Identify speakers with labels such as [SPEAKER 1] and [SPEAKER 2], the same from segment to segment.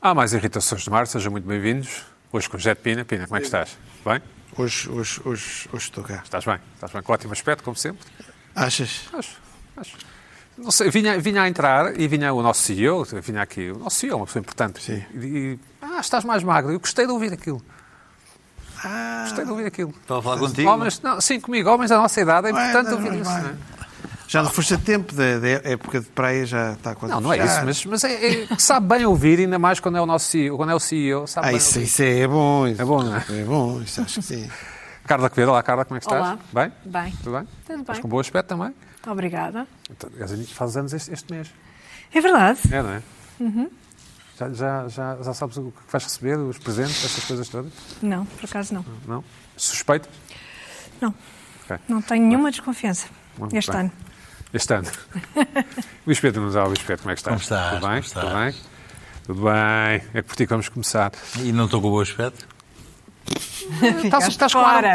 [SPEAKER 1] Há mais irritações de mar, sejam muito bem-vindos. Hoje com o Jet Pina. Pina, como é que estás? Bem?
[SPEAKER 2] Hoje, hoje, hoje, hoje estou cá.
[SPEAKER 1] Estás bem? Estás bem? Com ótimo aspecto, como sempre.
[SPEAKER 2] Achas?
[SPEAKER 1] Acho, acho. Não sei, vinha, vinha a entrar e vinha o nosso CEO, vinha aqui, o nosso CEO, uma pessoa importante.
[SPEAKER 2] Sim.
[SPEAKER 1] E, e, ah, estás mais magro. Eu gostei de ouvir aquilo.
[SPEAKER 2] Ah,
[SPEAKER 1] Gostei de ouvir aquilo.
[SPEAKER 3] Estava a falar contigo.
[SPEAKER 1] Homens, não, sim, comigo, homens da nossa idade, é
[SPEAKER 2] Ué,
[SPEAKER 1] importante
[SPEAKER 2] não,
[SPEAKER 1] ouvir
[SPEAKER 2] não
[SPEAKER 1] isso,
[SPEAKER 2] vai.
[SPEAKER 1] não é?
[SPEAKER 2] já não foste a tempo da, da época de praia, já está quase
[SPEAKER 1] Não, não é
[SPEAKER 2] fechar.
[SPEAKER 1] isso, mas, mas é, é que sabe bem ouvir, ainda mais quando é o nosso CEO, quando é o CEO, sabe
[SPEAKER 2] Ah,
[SPEAKER 1] bem
[SPEAKER 2] isso,
[SPEAKER 1] ouvir.
[SPEAKER 2] isso é bom. Isso,
[SPEAKER 1] É bom, não é?
[SPEAKER 2] É bom, isso acho que sim.
[SPEAKER 1] Carla Quevedo, olá Carla, como é que estás?
[SPEAKER 4] Olá.
[SPEAKER 1] Bem?
[SPEAKER 4] Bem.
[SPEAKER 1] Tudo bem?
[SPEAKER 4] Tudo bem.
[SPEAKER 1] Estás com bom aspecto também?
[SPEAKER 4] Obrigada.
[SPEAKER 1] Então, és- Fazes anos este, este mês.
[SPEAKER 4] É verdade.
[SPEAKER 1] É, não é? Já, já, já, já sabes o que vais receber, os presentes, essas coisas todas?
[SPEAKER 4] Não, por acaso não.
[SPEAKER 1] Não? Suspeitas?
[SPEAKER 4] Não,
[SPEAKER 1] Ok.
[SPEAKER 4] não tenho nenhuma desconfiança
[SPEAKER 1] Muito
[SPEAKER 4] este
[SPEAKER 1] bem.
[SPEAKER 4] ano.
[SPEAKER 1] Este ano. Luís Pedro nos Luís Pedro, como é que estás?
[SPEAKER 3] Como estás?
[SPEAKER 1] Tudo bem?
[SPEAKER 3] Como estás?
[SPEAKER 1] Tudo bem? Tudo bem. É por ti que vamos começar.
[SPEAKER 3] E não estou com bom aspecto?
[SPEAKER 1] Estás, estás com ar,
[SPEAKER 4] fora,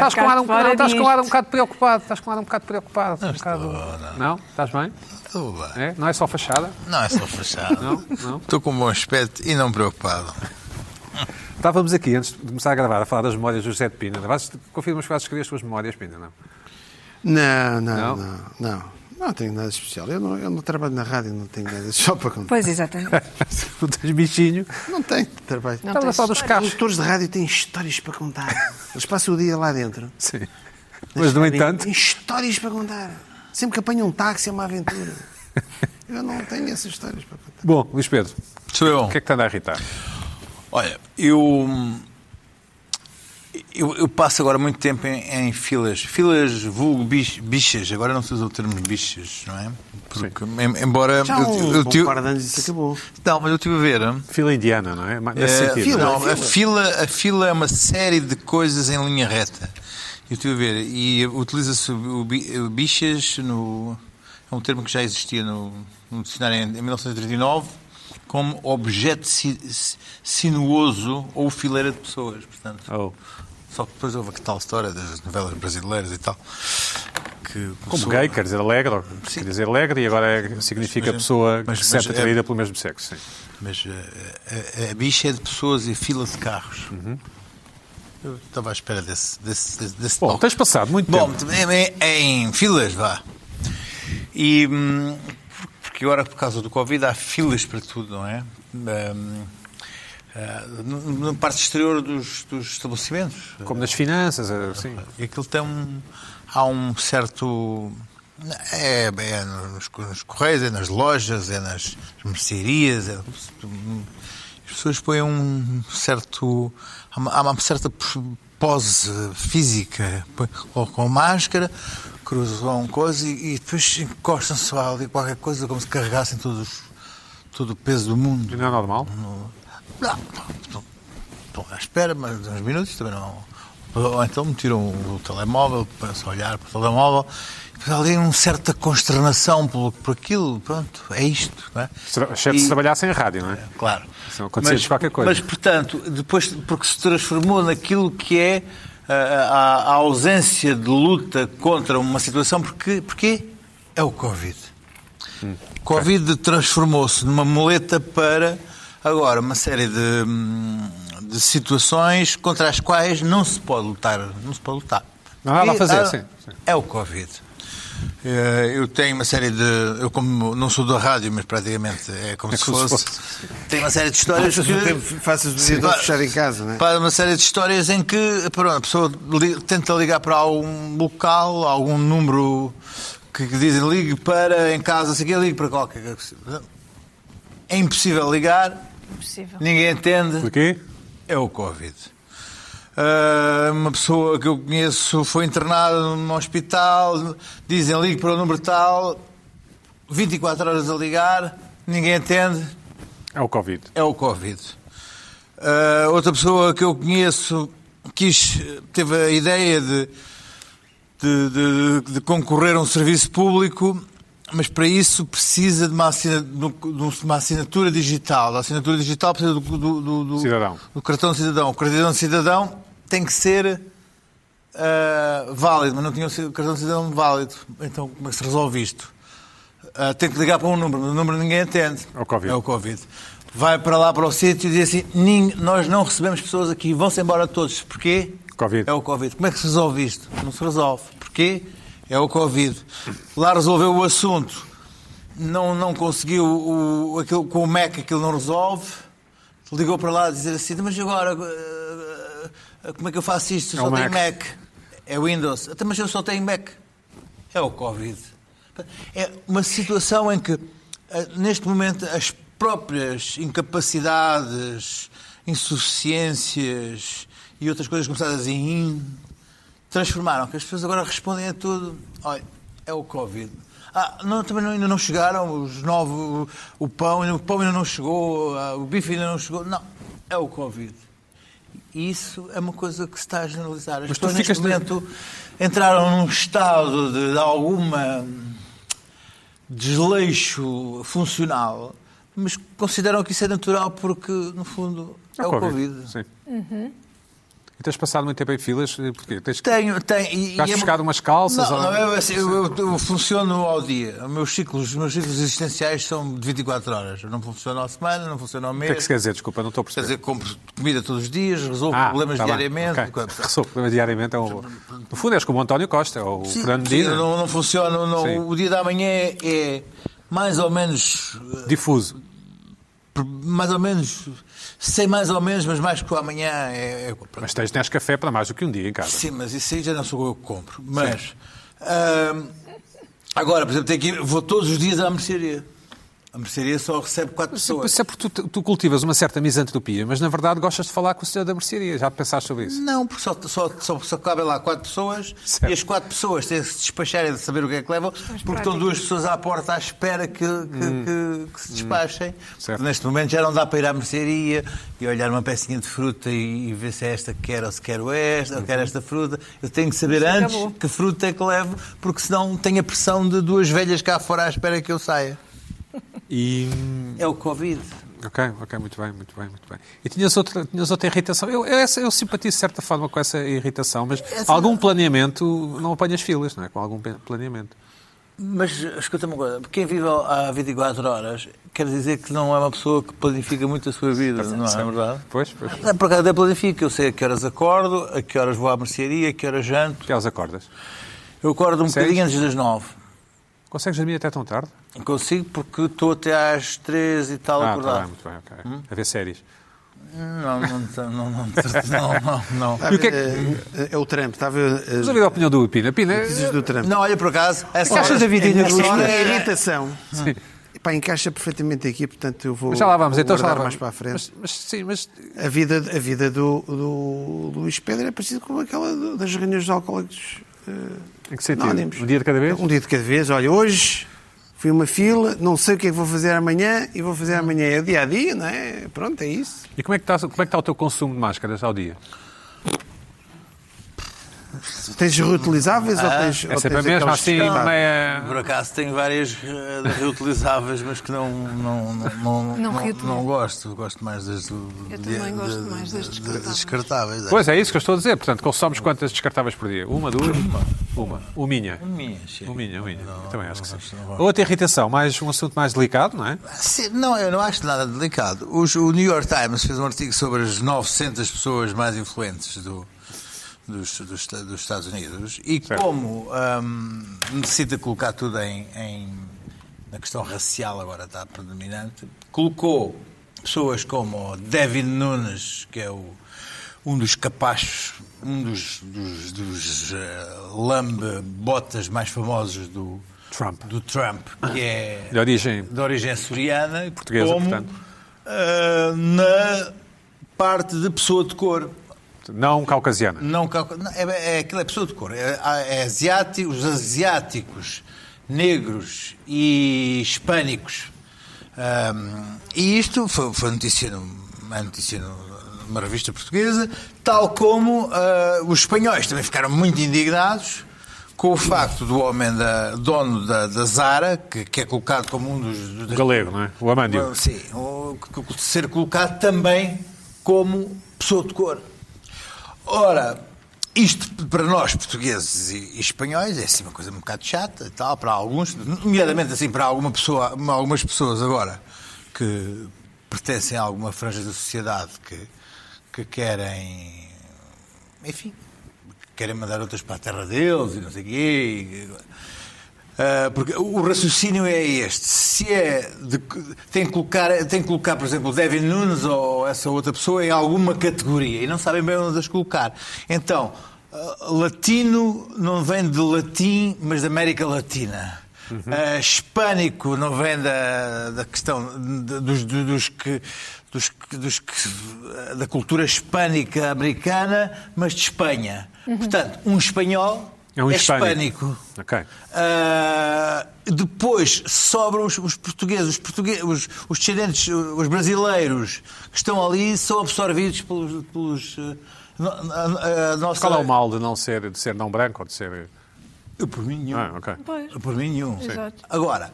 [SPEAKER 1] estás com ar um bocado,
[SPEAKER 4] ficaste fora
[SPEAKER 1] estás com ar um bocado
[SPEAKER 4] disto.
[SPEAKER 1] preocupado, estás com ar um bocado preocupado. um
[SPEAKER 3] estou,
[SPEAKER 1] bocado- não? Estás bem?
[SPEAKER 3] Estou bem.
[SPEAKER 1] É? Não é só fachada?
[SPEAKER 3] Não é só fechado.
[SPEAKER 1] Não? Não?
[SPEAKER 3] Estou com um bom aspecto e não preocupado.
[SPEAKER 1] Estávamos aqui, antes de começar a gravar, a falar das memórias do José de Pina. Vais- Confirmas que vais escrever as tuas memórias, Pina, não?
[SPEAKER 2] Não, não,
[SPEAKER 1] Não?
[SPEAKER 2] não, não. Não tenho nada especial. Eu não, eu não trabalho na rádio, não tenho nada. Só para contar.
[SPEAKER 4] Pois, exatamente.
[SPEAKER 1] Então, Tu tens bichinho.
[SPEAKER 2] Não tenho trabalho.
[SPEAKER 4] Não
[SPEAKER 1] Estava a
[SPEAKER 4] tens
[SPEAKER 1] falar dos
[SPEAKER 2] Os
[SPEAKER 1] carros.
[SPEAKER 2] locutores de rádio têm histórias para contar. Eles passam o dia lá dentro.
[SPEAKER 1] Sim. Mas, no entanto,
[SPEAKER 2] Tem histórias para contar. Sempre que apanho um táxi é uma aventura. Eu não tenho essas histórias para contar.
[SPEAKER 1] Bom, Luís Pedro,
[SPEAKER 3] Sou eu.
[SPEAKER 1] o que é que te anda a irritar?
[SPEAKER 3] Olha, eu, eu. eu passo agora muito tempo em, em filas. Filas vulgo bis- bichas. Agora não se usa o termo bichas, não é? Porque, em- embora.
[SPEAKER 2] Já há um
[SPEAKER 3] eu, eu
[SPEAKER 2] bom
[SPEAKER 3] tive-
[SPEAKER 2] par de anos isso acabou.
[SPEAKER 3] não, mas eu estive a ver. hum,
[SPEAKER 1] Fila indiana, não é? Ma- Nesse
[SPEAKER 3] É,
[SPEAKER 1] sentido.
[SPEAKER 2] fila.
[SPEAKER 1] não é?
[SPEAKER 3] não, a, fila, a fila é uma série de coisas em linha reta. Eu estive a ver. E utiliza-se o, bi- o bichas no. É um termo que já existia no, no dicionário em, em 1939 como objeto si- si- sinuoso ou fileira de pessoas. Portanto,
[SPEAKER 1] Oh.
[SPEAKER 3] Só que depois houve a tal história das novelas brasileiras e tal. Que
[SPEAKER 1] Como
[SPEAKER 3] começou-
[SPEAKER 1] gay, quer dizer alegre, ou- quer dizer alegre e agora é- significa
[SPEAKER 3] Mas- mas-
[SPEAKER 1] pessoa que
[SPEAKER 3] mas-
[SPEAKER 1] se sente
[SPEAKER 3] mas é-
[SPEAKER 1] atraída pelo mesmo sexo. Sim.
[SPEAKER 3] Mas eh, a, a- a bicha é de pessoas e fila de carros.
[SPEAKER 1] Uhum.
[SPEAKER 3] Eu estava à espera desse, desse, desse- desse
[SPEAKER 1] Bom,
[SPEAKER 3] toque.
[SPEAKER 1] tens passado muito
[SPEAKER 3] Bom,
[SPEAKER 1] tempo.
[SPEAKER 3] em, em filas, vá. E hum, porque agora, por causa do Covid, há filas para tudo, não é? Hum, ah, no- na parte exterior dos, dos estabelecimentos.
[SPEAKER 1] Como nas finanças, eh, sim.
[SPEAKER 3] E aquilo tem um. Há um certo. É, é nos, nos correios, é nas lojas, é nas mercearias. É, as pessoas põem um certo. Há uma, há uma certa pos- pose física. Põe- Colocam máscara, cruzam coisa e, e depois encostam-se a ali qualquer coisa como se carregassem todos, os- todo o peso do mundo.
[SPEAKER 1] E Não é normal?
[SPEAKER 3] Não, estou- estou Ah, então, à espera, mas uns minutos também não. Ou então me tiram o telemóvel, começo a olhar para o telemóvel, e depois há ali uma certa consternação por, por aquilo, pronto, é isto, não é?
[SPEAKER 1] Será- Exceto se
[SPEAKER 3] E-
[SPEAKER 1] trabalhasse em rádio, não é?
[SPEAKER 3] Claro.
[SPEAKER 1] Se não acontecesse qualquer coisa.
[SPEAKER 3] Mas, portanto, depois, porque se transformou naquilo que é ah, a, a ausência de luta contra uma situação, porque, porque é o Covid.
[SPEAKER 1] Hum.
[SPEAKER 3] Covid transformou-se numa muleta para, agora, uma série de, hum, de situações contra as quais não se pode lutar. Não se pode lutar.
[SPEAKER 1] Não há nada a
[SPEAKER 3] E
[SPEAKER 1] fazer, sim, sim.
[SPEAKER 3] É o Covid. Eh, Eu tenho uma série de. Eu, como não sou da rádio, mas praticamente é como, se,
[SPEAKER 1] como se
[SPEAKER 3] fosse. Tenho uma série de histórias.
[SPEAKER 2] Faças o tempo- faças o dia todo fechado em casa, não é?
[SPEAKER 3] Pá, uma série de histórias em que pronto, a pessoa li- tenta ligar para algum local, algum número que, que dizem ligue para em casa, assim, ligue para qualquer coisa. É impossível ligar,
[SPEAKER 4] Impossível.
[SPEAKER 3] ninguém entende.
[SPEAKER 1] Porquê?
[SPEAKER 3] É o Covid. Ah, uma pessoa que eu conheço foi internada num hospital, dizem ligue para o número tal, 24 horas a ligar, ninguém entende,
[SPEAKER 1] É o Covid.
[SPEAKER 3] é o Covid. Ah, outra pessoa que eu conheço quis, teve a ideia de, de- de- de concorrer a um serviço público, mas para isso precisa de uma assina- de um- de uma assinatura digital. A assinatura digital precisa do, do- do- do-
[SPEAKER 1] Cidadão.
[SPEAKER 3] do cartão cidadão. O cartão cidadão tem que ser ah, válido, mas não tinha o ci- o cartão cidadão válido. Então como é que se resolve isto? Ah, tem que ligar para um número, mas o número ninguém entende.
[SPEAKER 1] É o Covid.
[SPEAKER 3] É o Covid. vai para lá para o sítio e diz assim: "Nin- nós não recebemos pessoas aqui, vão-se embora todos. Porquê?
[SPEAKER 1] Covid.
[SPEAKER 3] É o Covid. Como é que se resolve isto? Não se resolve. Porquê? É o Covid. Lá resolveu o assunto, não, não conseguiu o, aquilo, com o MEC aquilo não resolve, ligou para lá a dizer assim: mas agora eh, como é que eu faço isto?
[SPEAKER 1] É
[SPEAKER 3] só
[SPEAKER 1] o
[SPEAKER 3] tenho
[SPEAKER 1] Mac.
[SPEAKER 3] Mac. É Windows. Até mas eu só tenho Mac. É o Covid. É uma situação em que, eh, neste momento, as próprias incapacidades, insuficiências e outras coisas começadas em in, transformaram, que as pessoas agora respondem a tudo. Olha, é o Covid. Ah, não, também não- ainda não chegaram os novos, o pão, ainda- o pão ainda não chegou, ah, o bife ainda não chegou. Não, é o Covid. Isso é uma coisa que se está a generalizar. As
[SPEAKER 1] Mas tu
[SPEAKER 3] pessoas neste
[SPEAKER 1] ficas-
[SPEAKER 3] momento entraram num estado de, de alguma desleixo funcional, mas consideram que isso é natural porque, no fundo, é, o Covid.
[SPEAKER 1] Sim. E tens passado muito tempo em filas, eh, porquê? Tens que
[SPEAKER 3] Tenho, tenho. E,
[SPEAKER 1] Vais
[SPEAKER 3] e é-
[SPEAKER 1] buscar umas calças
[SPEAKER 3] Não,
[SPEAKER 1] ou-
[SPEAKER 3] não, eu, assim, eu- eu- eu funciono ao dia. Os meus ciclos, os meus ciclos existenciais são de 24 horas. Eu não funciono à semana, não funciono ao
[SPEAKER 1] O
[SPEAKER 3] mês.
[SPEAKER 1] que é que se quer dizer? Desculpa, não estou a
[SPEAKER 3] Quer
[SPEAKER 1] perceber.
[SPEAKER 3] dizer, compro comida todos os dias, resolvo
[SPEAKER 1] Ah,
[SPEAKER 3] problemas
[SPEAKER 1] tá bem.
[SPEAKER 3] diariamente.
[SPEAKER 1] Ok.
[SPEAKER 3] coisa-
[SPEAKER 1] Resolve problemas diariamente. É um... No fundo, és como o António Costa ou o
[SPEAKER 3] Sim,
[SPEAKER 1] Fernando
[SPEAKER 3] sim,
[SPEAKER 1] Medina.
[SPEAKER 3] não, não funciona. não.
[SPEAKER 1] Sim.
[SPEAKER 3] O dia da manhã é mais ou menos
[SPEAKER 1] Difuso.
[SPEAKER 3] por- mais ou menos, sei mais ou menos, mas mais que o amanhã é. é-
[SPEAKER 1] Mas tens, tens café para mais do que um dia em casa.
[SPEAKER 3] Sim, mas isso aí já não sou eu que compro. Mas. ahm, agora, por exemplo, tenho que ir, vou todos os dias à mercearia. A mercearia só recebe quatro pessoas.
[SPEAKER 1] Isso é porque tu, tu cultivas uma certa misantropia, mas na verdade gostas de falar com o senhor da mercearia. Já pensaste sobre isso?
[SPEAKER 3] Não, porque só, só, só, só cabem lá quatro pessoas
[SPEAKER 1] Certo.
[SPEAKER 3] e as quatro pessoas têm que se despacharem de saber o que é que levam, porque
[SPEAKER 4] prático.
[SPEAKER 3] estão duas pessoas à porta à espera que, que, que- que se despachem.
[SPEAKER 1] Hum. Certo.
[SPEAKER 3] Neste momento já não dá para ir à mercearia e olhar uma pecinha de fruta e, e ver se é esta que quero ou se quero esta, ou
[SPEAKER 1] Uhum.
[SPEAKER 3] quero esta fruta. Eu tenho que saber antes
[SPEAKER 4] acabou.
[SPEAKER 3] que fruta é que levo, porque senão tenho a pressão de duas velhas cá fora à espera que eu saia.
[SPEAKER 1] E.
[SPEAKER 3] É o Covid.
[SPEAKER 1] Ok, ok, muito bem, muito bem, muito bem. E tinhas outra, tinhas outra irritação. Eu, eu, essa- eu simpatizo de certa forma com essa irritação, mas algum planeamento não apanhas filas, não é? Com algum pe- planeamento.
[SPEAKER 3] Mas escuta-me agora, quem vive ao- há 24 horas quer dizer que não é uma pessoa que planifica muito a sua vida, não é verdade?
[SPEAKER 1] Pois, pois.
[SPEAKER 3] Não, por acaso eu planifico, eu sei a que horas acordo, a que horas vou à mercearia, a que horas janto.
[SPEAKER 1] Que horas acordas?
[SPEAKER 3] Eu acordo um
[SPEAKER 1] Sério?
[SPEAKER 3] bocadinho antes das 9.
[SPEAKER 1] Consegues dormir até tão tarde?
[SPEAKER 3] Consigo porque estou até às 3 e
[SPEAKER 1] ah,
[SPEAKER 3] tal
[SPEAKER 1] tá bem,
[SPEAKER 3] acordado.
[SPEAKER 1] muito bem, ok.
[SPEAKER 3] Hum?
[SPEAKER 1] A ver séries.
[SPEAKER 3] Não, não, não, não, não, não, não.
[SPEAKER 1] E o que é que-
[SPEAKER 2] É, é o Trump. Estava.
[SPEAKER 1] Vamos ouvir a opinião do Pina. Pina,
[SPEAKER 2] Notícias do Trump.
[SPEAKER 3] Não, olha, por acaso, essa
[SPEAKER 2] Essa
[SPEAKER 1] é,
[SPEAKER 2] hora-
[SPEAKER 3] hora, essa
[SPEAKER 2] essa hora
[SPEAKER 3] hora
[SPEAKER 2] é
[SPEAKER 3] era-
[SPEAKER 2] irritação. Pá, encaixa perfeitamente aqui, portanto eu vou.
[SPEAKER 1] Mas já lá vamos,
[SPEAKER 2] vou
[SPEAKER 1] então já lá
[SPEAKER 2] guardar mais
[SPEAKER 1] vamos.
[SPEAKER 2] para a frente.
[SPEAKER 1] Mas, mas sim, mas
[SPEAKER 2] A vida, a vida do, do Luís Pedro é parecida com aquela do- das reuniões de alcoólicos eh,
[SPEAKER 1] em que sentido?
[SPEAKER 2] anónimos.
[SPEAKER 1] um dia de cada vez?
[SPEAKER 2] Um dia de cada vez. Olha, hoje fui uma fila, não sei o que é que vou fazer amanhã e vou fazer amanhã. É o dia a dia, não é? Pronto, é isso.
[SPEAKER 1] E como é, que está, como é que está o teu consumo de máscaras ao dia?
[SPEAKER 2] Tens reutilizáveis ou tens.
[SPEAKER 1] É
[SPEAKER 2] ou
[SPEAKER 1] sempre a
[SPEAKER 2] tens
[SPEAKER 1] mesma,
[SPEAKER 2] aquelas
[SPEAKER 1] assim,
[SPEAKER 2] que- pá,
[SPEAKER 1] meia...
[SPEAKER 3] Por acaso tenho várias eh, reutilizáveis, mas que não, não, não, não,
[SPEAKER 4] Não
[SPEAKER 3] não,
[SPEAKER 4] reutilizo.
[SPEAKER 3] não gosto. Gosto mais das, do-
[SPEAKER 4] Eu também gosto mais das descartáveis.
[SPEAKER 3] descartáveis, é.
[SPEAKER 1] Pois é isso que eu estou a dizer. Portanto, consomes quantas descartáveis por dia? Uma, duas? Uma. Uma. Minha.
[SPEAKER 3] é Minha, chega.
[SPEAKER 1] Minha, minha. Eu também acho que sim.
[SPEAKER 3] não gosto.
[SPEAKER 1] Outra irritação, mais um assunto mais delicado, não é?
[SPEAKER 3] Sim, não, eu não acho nada delicado. Os- o New York Times fez um artigo sobre as 900 pessoas mais influentes do- dos, dos- dos Estados Unidos e
[SPEAKER 1] Certo.
[SPEAKER 3] como hum, necessita colocar tudo em, em- na questão racial agora está predominante, colocou pessoas como o David Nunes, que é o- um dos capachos, um dos, dos, dos lambe botas mais famosos do
[SPEAKER 1] Trump.
[SPEAKER 3] do Trump, que é
[SPEAKER 1] De origem.
[SPEAKER 3] de origem açoriana e
[SPEAKER 1] Portuguesa,
[SPEAKER 3] como,
[SPEAKER 1] portanto.
[SPEAKER 3] ah, na parte de pessoa de cor.
[SPEAKER 1] Não caucasiana.
[SPEAKER 3] Não, cauca- não, é, é, aquilo é pessoa de cor. É, é asiático, os asiáticos, negros e hispânicos. Ahm, e isto foi, foi notícia, num- uma notícia num- numa revista portuguesa, tal como ah, os espanhóis também ficaram muito indignados com o facto do homem da, dono da, da Zara, que, que é colocado como um dos,
[SPEAKER 1] O
[SPEAKER 3] das
[SPEAKER 1] galego, não é? O Amândio.
[SPEAKER 3] Bom, Sim, o- c- c- ser colocado também como pessoa de cor. Ora, isto p- para nós portugueses e, e espanhóis é assim uma coisa um bocado chata e tal, para alguns, nomeadamente assim para alguma pessoa, algumas pessoas agora que pertencem a alguma franja da sociedade que, que querem, enfim, que querem mandar outras para a terra deles e não sei o quê. Ah, porque o raciocínio é este. Se é de- tem, que colocar, tem que colocar, por exemplo, o Devin Nunes ou essa outra pessoa em alguma categoria e não sabem bem onde as colocar. Então, ah, latino não vem de latim, mas da América Latina.
[SPEAKER 1] Uhum.
[SPEAKER 3] Ah, hispânico não vem da, da questão de- dos, do- dos que. Dos, que- dos que- da cultura hispânica americana, mas de Espanha. Portanto, um espanhol
[SPEAKER 1] É um
[SPEAKER 3] hispânico.
[SPEAKER 1] Ok.
[SPEAKER 3] Ah, depois sobram os, os portugueses, os, portugueses os, os descendentes, os brasileiros que estão ali são absorvidos pelos. pelos eh, no- ah, a- a nossa...
[SPEAKER 1] Qual é o mal de não ser, de ser não branco ou de ser.
[SPEAKER 3] Eu, por mim, nenhum.
[SPEAKER 1] Ah, ok.
[SPEAKER 4] Pois.
[SPEAKER 3] Por mim, nenhum.
[SPEAKER 4] Exato.
[SPEAKER 3] Agora,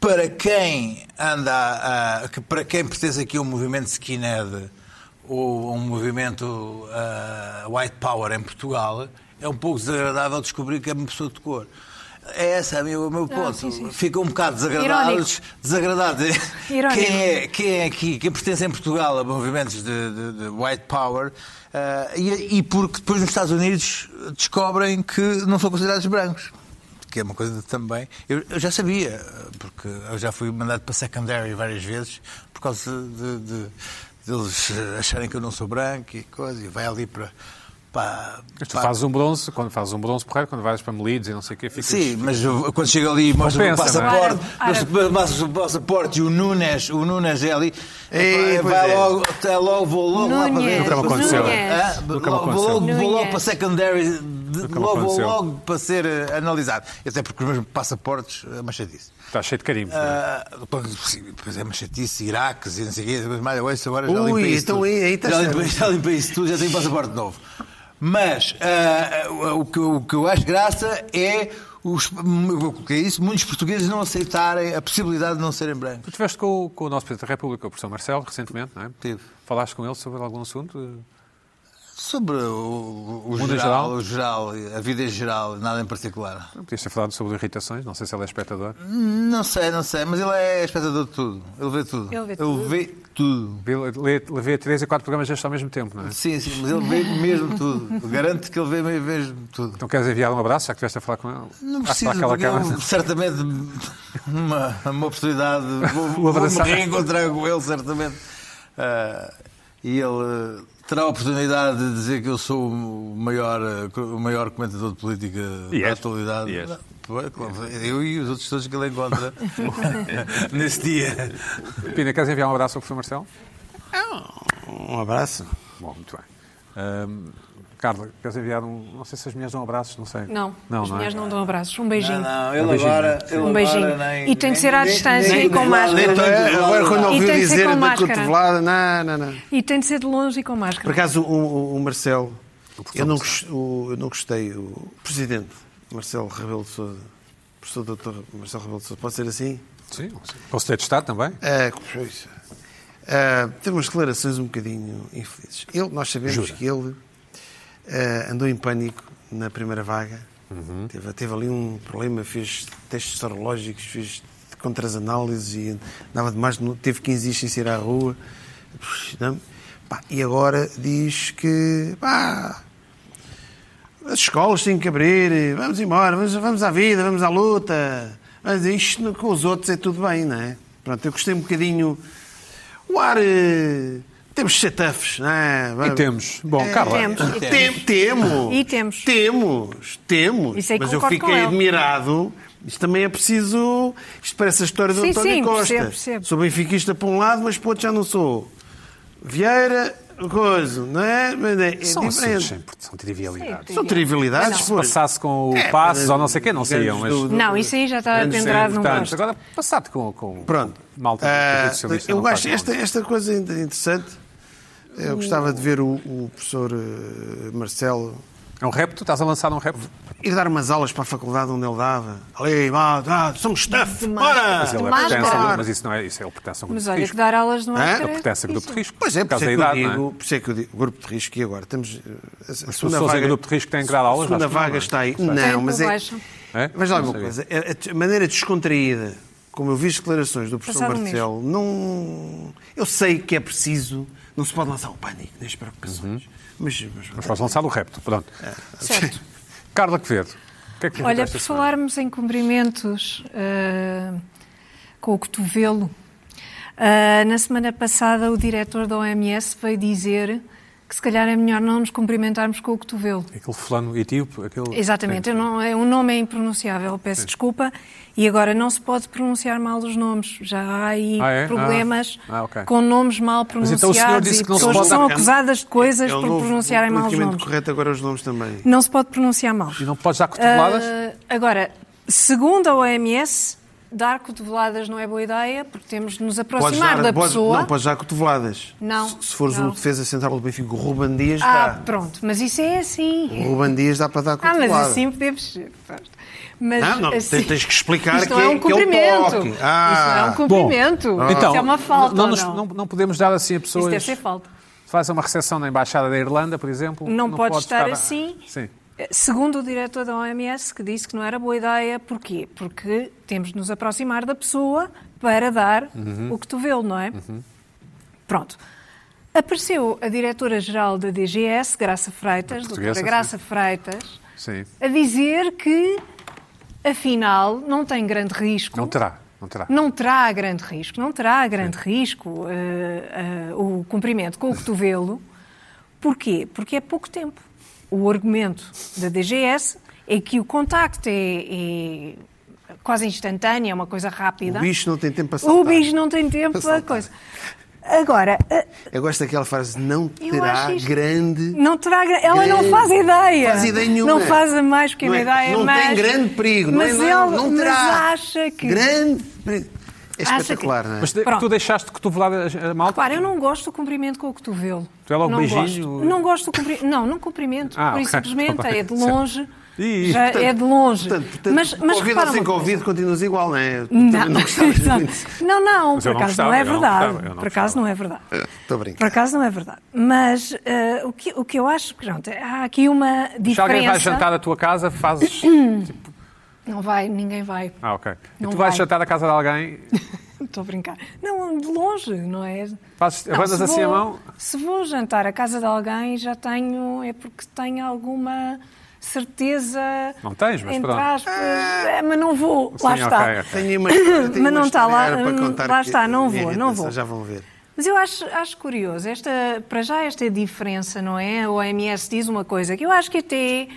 [SPEAKER 3] para quem anda, a- a- que- para quem pertence aqui a um movimento skinhead ou a um movimento ah, white power em Portugal, é um pouco desagradável descobrir que é uma pessoa de cor. É esse é o meu, o meu ponto.
[SPEAKER 4] Ah, sim, sim.
[SPEAKER 3] Ficam um bocado desagradados. desagradados.
[SPEAKER 4] Irónico.
[SPEAKER 3] Quem é, quem é aqui, quem pertence em Portugal a movimentos de, de- de white power, ah, e, e porque depois nos Estados Unidos descobrem que não são considerados brancos. Que é uma coisa também. Eu, eu já sabia, porque eu já fui mandado para secondary várias vezes por causa de, de- de eles acharem que eu não sou branco e coisa, e vai ali para. para,
[SPEAKER 1] Mas tu
[SPEAKER 3] para-
[SPEAKER 1] fazes um bronze, quando fazes um bronze porreiro, quando vais para Melides e não sei o quê, ficas.
[SPEAKER 3] Sim, mas eu- quando chega ali e mostra o
[SPEAKER 1] Compensa,
[SPEAKER 3] passaporte,
[SPEAKER 4] não é? Árabe,
[SPEAKER 3] mostra- mostra o passaporte e o Nunes, o Nunes é ali,
[SPEAKER 2] Ei,
[SPEAKER 3] epá,
[SPEAKER 2] pois
[SPEAKER 3] vai
[SPEAKER 2] é.
[SPEAKER 3] logo, até logo, vou logo lá para
[SPEAKER 4] Nunes,
[SPEAKER 3] dentro.
[SPEAKER 1] Nunca me aconteceu.
[SPEAKER 4] Nunes.
[SPEAKER 3] Ah,
[SPEAKER 1] Nunca me
[SPEAKER 3] logo- Vou logo,
[SPEAKER 1] aconteceu.
[SPEAKER 3] vou logo
[SPEAKER 4] Nunes.
[SPEAKER 3] para secondary, de-
[SPEAKER 1] Nunca me
[SPEAKER 3] logo, vou
[SPEAKER 1] aconteceu.
[SPEAKER 3] logo para ser eh, analisado. Até porque os meus passaportes, é uma chatice.
[SPEAKER 1] Está cheio de carimbos. não é?
[SPEAKER 3] Ah, Pois é, uma chatice, Iraques e não sei o quê, mas mais ou menos agora já
[SPEAKER 2] Ui,
[SPEAKER 3] limpei isso
[SPEAKER 2] então
[SPEAKER 3] tudo.
[SPEAKER 2] aí- aí está
[SPEAKER 3] já,
[SPEAKER 2] certo.
[SPEAKER 3] limpei, já limpei isso tudo, já tenho passaporte novo. Mas ah, ah, o, que, o que eu acho graça é os, o que é isso, muitos portugueses não aceitarem a possibilidade de não serem brancos.
[SPEAKER 1] Tu estiveste com, o- com o nosso Presidente da República, o professor Marcelo, recentemente, não é?
[SPEAKER 3] Tive.
[SPEAKER 1] Falaste com ele sobre algum assunto?
[SPEAKER 3] Sobre o, o
[SPEAKER 1] Mundo em geral?
[SPEAKER 3] geral, o geral, a vida em geral, nada em particular.
[SPEAKER 1] Podias ter falado sobre irritações, não sei se ele é espectador.
[SPEAKER 3] Não sei, não sei, mas ele é espectador de tudo. Ele vê tudo.
[SPEAKER 4] Ele vê tudo.
[SPEAKER 3] vê tudo.
[SPEAKER 1] Vê- Lê, lê três e quatro programas destes ao mesmo tempo, não é?
[SPEAKER 3] Sim, sim, mas ele vê mesmo tudo. Eu Garanto que ele vê mesmo tudo.
[SPEAKER 1] Então queres enviar um abraço, já que estiveste a falar com ele?
[SPEAKER 3] Não
[SPEAKER 1] Ah,
[SPEAKER 3] preciso,
[SPEAKER 1] para aquela
[SPEAKER 3] porque eu,
[SPEAKER 1] cama.
[SPEAKER 3] certamente uma, uma oportunidade. Vou,
[SPEAKER 1] O
[SPEAKER 3] vou me
[SPEAKER 1] abraçar.
[SPEAKER 3] reencontrar com ele, certamente. Ah, e ele eh, terá a oportunidade de dizer que eu sou o maior, eh, co- o maior comentador de política
[SPEAKER 1] E
[SPEAKER 3] da
[SPEAKER 1] és.
[SPEAKER 3] atualidade.
[SPEAKER 1] E és.
[SPEAKER 3] Não, pô, claro, Eu e os outros todos que ele encontra nesse dia.
[SPEAKER 1] Pina, queres enviar um abraço ao professor Marcelo?
[SPEAKER 3] Ah,
[SPEAKER 2] Um abraço.
[SPEAKER 1] Bom, muito bem. Ahm, Carla, queres enviar um. Não sei se as mulheres dão abraços, não sei.
[SPEAKER 4] Não,
[SPEAKER 1] não,
[SPEAKER 4] as
[SPEAKER 1] não
[SPEAKER 4] mulheres
[SPEAKER 1] é?
[SPEAKER 4] não dão abraços. Um beijinho.
[SPEAKER 3] Ah, Não,
[SPEAKER 1] Um
[SPEAKER 3] ele
[SPEAKER 1] beijinho,
[SPEAKER 3] agora. ele
[SPEAKER 4] Um beijinho.
[SPEAKER 3] agora nem-
[SPEAKER 4] E tem que ser à
[SPEAKER 3] nem-
[SPEAKER 4] distância
[SPEAKER 3] nem-
[SPEAKER 4] e com
[SPEAKER 3] nem-
[SPEAKER 4] máscara.
[SPEAKER 1] Então,
[SPEAKER 3] nem- nem-
[SPEAKER 2] Então é, Agora, quando
[SPEAKER 4] E
[SPEAKER 2] ouviu
[SPEAKER 4] tem de ser
[SPEAKER 2] dizer
[SPEAKER 4] com
[SPEAKER 2] da
[SPEAKER 4] máscara.
[SPEAKER 2] cotovelada, não, não, não.
[SPEAKER 4] E tem de ser de longe e com
[SPEAKER 2] Por
[SPEAKER 4] máscara.
[SPEAKER 2] acaso, o, o- o Marcelo, eu não, gos- o- eu não gostei, o presidente Marcelo Rebelo de Sousa, professor doutor Marcelo Rebelo de Sousa, pode ser assim?
[SPEAKER 1] Sim, Conselheiro de Estado também?
[SPEAKER 2] Ah, que coisa. Ah, teve umas declarações um bocadinho infelizes. Ele, nós sabemos que ele ah, andou em pânico na primeira vaga, teve, teve ali um problema, fez testes sorológicos, fez contra as análises e andava demais, de nu- teve 15 dias sem sair à rua. Puxa, não? Pá, e agora diz que pá, as escolas têm que abrir, e vamos embora, vamos, vamos à vida, vamos à luta. Mas isto no- com os outros é tudo bem, não é? Pronto, eu gostei um bocadinho. O ar. eh, temos setafes, não é? Vamos-
[SPEAKER 1] temos. Bom, Carla.
[SPEAKER 4] Eh, Temos. É
[SPEAKER 2] Tem- Temos. Temos.
[SPEAKER 4] E temos.
[SPEAKER 2] Temos. Temos.
[SPEAKER 4] Isso aí
[SPEAKER 2] Mas eu
[SPEAKER 4] concordo com
[SPEAKER 2] fiquei
[SPEAKER 4] ele.
[SPEAKER 2] admirado. Isto também é preciso. Isto parece a história do
[SPEAKER 4] Sim,
[SPEAKER 2] António
[SPEAKER 4] sim,
[SPEAKER 2] Costa.
[SPEAKER 4] percebo, percebo.
[SPEAKER 2] Sou benfiquista por um lado, mas por outro já não sou. Vieira, coisa, não é? Mas É, é
[SPEAKER 1] São assuntos
[SPEAKER 2] diferente.
[SPEAKER 1] sem são trivialidades.
[SPEAKER 2] São trivialidades,
[SPEAKER 1] Se
[SPEAKER 2] pô.
[SPEAKER 1] passasse com o
[SPEAKER 2] É,
[SPEAKER 1] Passos
[SPEAKER 2] mas-
[SPEAKER 1] ou não sei o quê, não saíam, mas.
[SPEAKER 2] do-
[SPEAKER 4] Não, isso aí já está
[SPEAKER 2] Grandes
[SPEAKER 4] pendurado num
[SPEAKER 1] Portanto,
[SPEAKER 4] posto.
[SPEAKER 1] agora passado com, com
[SPEAKER 2] Pronto.
[SPEAKER 1] malta
[SPEAKER 2] Ah,
[SPEAKER 1] do Partido Socialista.
[SPEAKER 2] eu
[SPEAKER 1] não faz
[SPEAKER 2] acho
[SPEAKER 1] mal.
[SPEAKER 2] esta, esta coisa in- interessante. Eu gostava de ver o, o professor eh, Marcelo
[SPEAKER 1] É um repto? Estás a lançar um repto?
[SPEAKER 4] Ah.
[SPEAKER 2] ir dar umas aulas para a faculdade onde ele dava. Ali, vá, vá, somos staff,
[SPEAKER 1] Mas,
[SPEAKER 2] bora!
[SPEAKER 1] ele é
[SPEAKER 4] Máscara.
[SPEAKER 1] pertence a- mas isso não é. Isso Ah, é ele pertence a um grupo
[SPEAKER 4] Mas
[SPEAKER 1] de
[SPEAKER 4] olha, que
[SPEAKER 1] risco.
[SPEAKER 4] dar aulas não
[SPEAKER 2] Hã?
[SPEAKER 4] é?
[SPEAKER 1] Ele pertence a um grupo de risco.
[SPEAKER 2] Pois é,
[SPEAKER 1] por
[SPEAKER 2] por
[SPEAKER 1] causa
[SPEAKER 2] isso é
[SPEAKER 1] da
[SPEAKER 2] que
[SPEAKER 1] idade,
[SPEAKER 2] eu
[SPEAKER 1] não é?
[SPEAKER 2] digo, por isso é que eu digo, grupo de risco, e agora temos... eh, a- A
[SPEAKER 1] pessoas em um grupo de risco têm que dar aulas,
[SPEAKER 2] A segunda
[SPEAKER 1] acho que não,
[SPEAKER 2] vaga
[SPEAKER 1] não é?
[SPEAKER 2] está aí.
[SPEAKER 1] Está aí.
[SPEAKER 4] Tem
[SPEAKER 2] Não,
[SPEAKER 4] por
[SPEAKER 2] mas é...
[SPEAKER 4] baixo.
[SPEAKER 1] É?
[SPEAKER 2] Mas lá
[SPEAKER 1] Não
[SPEAKER 2] uma
[SPEAKER 1] sei.
[SPEAKER 2] coisa, a, a maneira descontraída como eu vi as declarações do professor
[SPEAKER 4] Passado um
[SPEAKER 2] Marcelo, não. Eu sei que é preciso, não se pode lançar o pânico nas preocupações. Mas, mas,
[SPEAKER 1] Uhum. Mas posso lançar o repto, pronto.
[SPEAKER 4] Certo.
[SPEAKER 1] Carla Quevedo, o que é que nos
[SPEAKER 4] É. Olha,
[SPEAKER 1] esta
[SPEAKER 4] por
[SPEAKER 1] semana?
[SPEAKER 4] falarmos em cumprimentos ah, com o cotovelo, ah, na semana passada o diretor da OMS veio dizer que se calhar é melhor não nos cumprimentarmos com o cotovelo.
[SPEAKER 1] Aquele fulano e tipo, aquele...
[SPEAKER 4] Exatamente, eu não, é- o nome é impronunciável, peço desculpa. E agora não se pode pronunciar mal os nomes. Já há aí
[SPEAKER 1] Ah, é?
[SPEAKER 4] problemas
[SPEAKER 1] Ah. Ah, ok.
[SPEAKER 4] com nomes mal
[SPEAKER 1] Mas então o
[SPEAKER 4] pronunciados
[SPEAKER 1] senhor disse
[SPEAKER 4] e
[SPEAKER 1] que não se
[SPEAKER 4] pessoas
[SPEAKER 1] pode-
[SPEAKER 4] são acusadas de coisas
[SPEAKER 2] é o
[SPEAKER 4] por
[SPEAKER 2] novo
[SPEAKER 4] pronunciarem mal os
[SPEAKER 2] politicamente
[SPEAKER 4] nomes.
[SPEAKER 2] correto agora os nomes também.
[SPEAKER 4] Não se pode pronunciar mal.
[SPEAKER 1] E não podes dar cotoveladas?
[SPEAKER 4] Ah, agora, segundo a OMS, dar cotoveladas não é boa ideia, porque temos de nos aproximar da
[SPEAKER 2] podes-
[SPEAKER 4] pessoa.
[SPEAKER 2] Não, podes dar cotoveladas.
[SPEAKER 4] Não,
[SPEAKER 2] Se, se fores
[SPEAKER 4] não.
[SPEAKER 2] o defesa central do Benfica, o Ruban Dias
[SPEAKER 4] Ah,
[SPEAKER 2] dá.
[SPEAKER 4] pronto, mas isso é assim.
[SPEAKER 2] O
[SPEAKER 1] Oh,
[SPEAKER 2] Ruban Dias dá para dar
[SPEAKER 4] Ah,
[SPEAKER 2] cotovelada.
[SPEAKER 4] mas assim podemos. Mas,
[SPEAKER 2] Não, não,
[SPEAKER 4] assim-
[SPEAKER 2] tens- tens que explicar
[SPEAKER 4] Isto
[SPEAKER 2] que
[SPEAKER 4] não é
[SPEAKER 2] é-
[SPEAKER 4] um
[SPEAKER 2] que é o
[SPEAKER 4] cumprimento.
[SPEAKER 2] toque.
[SPEAKER 4] Isto
[SPEAKER 2] Ah.
[SPEAKER 4] não é um cumprimento.
[SPEAKER 1] então,
[SPEAKER 4] Isso é uma falta.
[SPEAKER 1] Não,
[SPEAKER 4] ou
[SPEAKER 1] nos-
[SPEAKER 4] não?
[SPEAKER 1] não- não podemos dar assim a
[SPEAKER 4] Isso
[SPEAKER 1] pessoas...
[SPEAKER 4] deve ser falta.
[SPEAKER 1] Faz uma recepção na Embaixada da Irlanda, por exemplo.
[SPEAKER 4] Não, pode,
[SPEAKER 1] podes
[SPEAKER 4] estar,
[SPEAKER 1] a-
[SPEAKER 4] assim.
[SPEAKER 1] Sim.
[SPEAKER 4] Eh, Segundo o diretor da OMS, que disse que não era boa ideia, porquê? Porque temos de nos aproximar da pessoa para dar
[SPEAKER 2] Uhum.
[SPEAKER 4] o cotovelo, não é? Pronto. Apareceu a diretora-geral da DGS, Graça Freitas, doutora
[SPEAKER 1] portuguesa, sim.
[SPEAKER 4] Graça Freitas,
[SPEAKER 1] Sim.
[SPEAKER 4] a dizer que, afinal, não tem grande risco.
[SPEAKER 1] Não terá, não terá.
[SPEAKER 4] Não terá grande risco, não terá grande risco eh, eh, o cumprimento com o cotovelo. Porquê? Porque é pouco tempo. O argumento da DGS é que o contacto é, é quase instantâneo, é uma coisa rápida.
[SPEAKER 2] O bicho não tem tempo para
[SPEAKER 4] O
[SPEAKER 2] saltar.
[SPEAKER 4] bicho não tem tempo para coisa. Agora, eh,
[SPEAKER 2] Eu gosto daquela frase, não
[SPEAKER 4] Eu
[SPEAKER 2] terá
[SPEAKER 4] acho isto-
[SPEAKER 2] grande...
[SPEAKER 4] não terá, gra- ela não
[SPEAKER 2] Grande.
[SPEAKER 4] faz ideia.
[SPEAKER 2] Eh, Faz ideia nenhuma.
[SPEAKER 4] Não faz a mais pequena
[SPEAKER 2] Não é-
[SPEAKER 4] ideia.
[SPEAKER 2] não
[SPEAKER 4] mas,
[SPEAKER 2] tem grande perigo. não é-
[SPEAKER 4] Mas,
[SPEAKER 2] não,
[SPEAKER 4] ela,
[SPEAKER 2] não terá
[SPEAKER 4] mas acha que...
[SPEAKER 2] Grande perigo. É
[SPEAKER 4] Acha que-
[SPEAKER 2] espetacular, não é?
[SPEAKER 1] Mas de-
[SPEAKER 4] Pronto.
[SPEAKER 1] tu deixaste cotovelada eh, a- a malta?
[SPEAKER 4] Repara, eu não gosto do cumprimento com o cotovelo.
[SPEAKER 1] Tu é logo
[SPEAKER 4] não
[SPEAKER 1] beijinho?
[SPEAKER 4] Gosto. Não gosto do cumprimento. Não, não cumprimento.
[SPEAKER 1] Ah,
[SPEAKER 4] por isso
[SPEAKER 1] ok.
[SPEAKER 4] simplesmente
[SPEAKER 1] Tá bem.
[SPEAKER 4] é de longe.
[SPEAKER 1] Ih,
[SPEAKER 4] já é de longe.
[SPEAKER 2] Portanto, portanto,
[SPEAKER 4] mas mas
[SPEAKER 2] convido
[SPEAKER 1] assim
[SPEAKER 4] repara
[SPEAKER 2] ou sem
[SPEAKER 4] uma coisa.
[SPEAKER 2] convido, continuas igual, não é? Eu
[SPEAKER 4] Não,
[SPEAKER 2] também não gostava de
[SPEAKER 4] Exato.
[SPEAKER 2] muito.
[SPEAKER 4] não, não,
[SPEAKER 1] Mas
[SPEAKER 4] por
[SPEAKER 1] eu não
[SPEAKER 4] acaso não,
[SPEAKER 1] gostava,
[SPEAKER 4] é
[SPEAKER 1] eu não
[SPEAKER 4] verdade.
[SPEAKER 1] gostava, eu não
[SPEAKER 4] por acaso não é verdade.
[SPEAKER 2] Estou a brincar.
[SPEAKER 4] Por acaso não é verdade. Mas eh, o, que, o que eu acho, pronto, há aqui uma diferença.
[SPEAKER 1] Se alguém vai jantar à tua casa, fazes. tipo,
[SPEAKER 4] Não vai, ninguém vai.
[SPEAKER 1] Ah, ok. E
[SPEAKER 4] Não
[SPEAKER 1] tu vais
[SPEAKER 4] vai.
[SPEAKER 1] jantar à casa de alguém,
[SPEAKER 4] Estou a brincar. Não, de longe, não é?
[SPEAKER 1] fazes,
[SPEAKER 4] Não,
[SPEAKER 1] abandas
[SPEAKER 4] se
[SPEAKER 1] assim a
[SPEAKER 4] vou-
[SPEAKER 1] mão.
[SPEAKER 4] Se vou jantar à casa de alguém, já tenho. É porque tenho alguma certeza.
[SPEAKER 1] Não tens, mas
[SPEAKER 4] entre
[SPEAKER 1] pronto.
[SPEAKER 4] aspas, é, mas não vou. lá
[SPEAKER 1] Sim,
[SPEAKER 4] está.
[SPEAKER 1] ok, ok.
[SPEAKER 2] Tenho uma, tenho
[SPEAKER 4] Mas
[SPEAKER 2] uma
[SPEAKER 4] não está lá,
[SPEAKER 2] história para
[SPEAKER 4] hum,
[SPEAKER 2] contar
[SPEAKER 4] lá
[SPEAKER 2] que-
[SPEAKER 4] está, não
[SPEAKER 2] minha
[SPEAKER 4] vou, não
[SPEAKER 2] irritação,
[SPEAKER 4] vou.
[SPEAKER 2] Já vão ver.
[SPEAKER 4] Mas eu acho, acho curioso, esta, para já esta diferença, não é? A OMS diz uma coisa que eu acho que até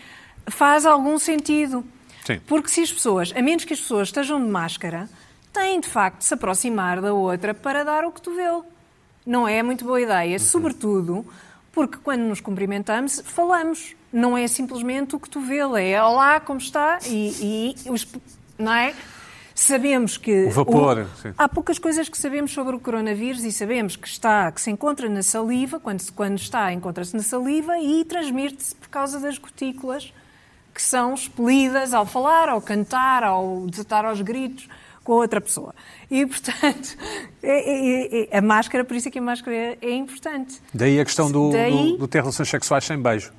[SPEAKER 4] faz algum sentido.
[SPEAKER 1] Sim.
[SPEAKER 4] Porque se as pessoas, a menos que as pessoas estejam de máscara, têm de facto de se aproximar da outra para dar o cotovelo. Não é muito boa ideia, sobretudo porque quando nos cumprimentamos, falamos. Não é simplesmente o cotovelo, é olá, como está? E, e os, não é? Sabemos que
[SPEAKER 1] O vapor, sim.
[SPEAKER 4] Há poucas coisas que sabemos sobre o coronavírus e sabemos que está, que se encontra na saliva, quando, se- quando está, encontra-se na saliva e transmite-se por causa das gotículas que são expelidas ao falar, ao cantar, ao desatar aos gritos com a outra pessoa. E, portanto, é- é- é- a máscara, por isso é que a máscara é, é importante.
[SPEAKER 1] Daí a questão do,
[SPEAKER 4] Daí-
[SPEAKER 1] do- do ter relações sexuais sem beijo.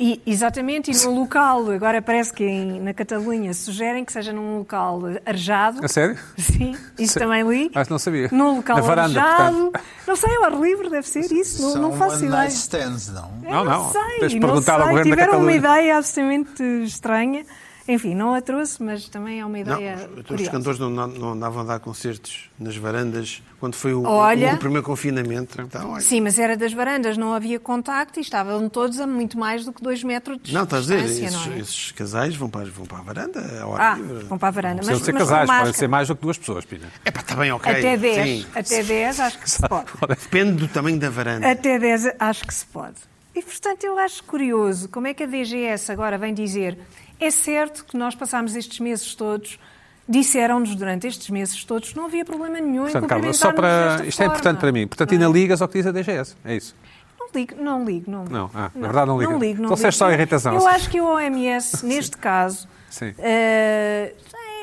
[SPEAKER 4] E, exatamente, e no local, agora parece que em- na Catalunha sugerem que seja num local arejado.
[SPEAKER 1] A sério?
[SPEAKER 4] Sim, isso
[SPEAKER 1] Sim.
[SPEAKER 4] também li.
[SPEAKER 1] Mas não sabia.
[SPEAKER 4] Num local
[SPEAKER 1] Na varanda,
[SPEAKER 4] arejado. Não sei, ao ar livre deve ser isso. Não,
[SPEAKER 3] São
[SPEAKER 4] não faço
[SPEAKER 3] one
[SPEAKER 4] ideia.
[SPEAKER 3] night stands, não?
[SPEAKER 4] Eu
[SPEAKER 1] Não, não.
[SPEAKER 4] sei,
[SPEAKER 1] Tens de
[SPEAKER 4] não
[SPEAKER 1] perguntar ao
[SPEAKER 4] sei.
[SPEAKER 1] governo da
[SPEAKER 4] Tiveram uma
[SPEAKER 1] Catalunha.
[SPEAKER 4] ideia absolutamente estranha. Enfim, não a trouxe, mas também é uma
[SPEAKER 2] Não,
[SPEAKER 4] ideia
[SPEAKER 2] os- os
[SPEAKER 4] curiosa.
[SPEAKER 2] cantores não, não andavam a dar concertos nas varandas quando foi o,
[SPEAKER 4] Olha.
[SPEAKER 2] o primeiro confinamento. Então, olha.
[SPEAKER 4] Sim, mas era das varandas, não havia contacto e estavam todos a muito mais do que dois metros de
[SPEAKER 2] Não, estás a
[SPEAKER 4] distância.
[SPEAKER 2] dizer, esses,
[SPEAKER 4] não é?
[SPEAKER 2] esses casais vão para, vão para a varanda, à hora
[SPEAKER 4] Ah,
[SPEAKER 2] livre.
[SPEAKER 4] vão para a varanda.
[SPEAKER 1] Precisam
[SPEAKER 4] Mas,
[SPEAKER 1] ser
[SPEAKER 4] mas com
[SPEAKER 1] é casais, podem
[SPEAKER 4] máscara.
[SPEAKER 1] ser mais do que duas pessoas, Pina.
[SPEAKER 2] Epá, está bem, ok.
[SPEAKER 4] Até 10,
[SPEAKER 2] Sim.
[SPEAKER 4] até 10 acho que se pode.
[SPEAKER 2] Depende do tamanho da varanda.
[SPEAKER 4] Até 10 acho que se pode. E, portanto, eu acho curioso como é que a DGS agora vem dizer. É certo que nós passámos estes meses todos, disseram-nos durante estes meses todos, que não havia problema nenhum em
[SPEAKER 1] Portanto, Carla,
[SPEAKER 4] cumprimentar-nos
[SPEAKER 1] só para.
[SPEAKER 4] desta
[SPEAKER 1] Isto é importante
[SPEAKER 4] forma.
[SPEAKER 1] para mim. Portanto, ainda ligas ao que diz a DGS. É isso.
[SPEAKER 4] Não ligo, não ligo. Não, ligo.
[SPEAKER 1] Não, ah, na verdade não liga.
[SPEAKER 4] Não ligo, não
[SPEAKER 1] Então, se é
[SPEAKER 4] ligo.
[SPEAKER 1] só irritação,
[SPEAKER 4] Eu
[SPEAKER 1] assim.
[SPEAKER 4] acho que o OMS, neste caso,
[SPEAKER 1] Sim.
[SPEAKER 4] eh,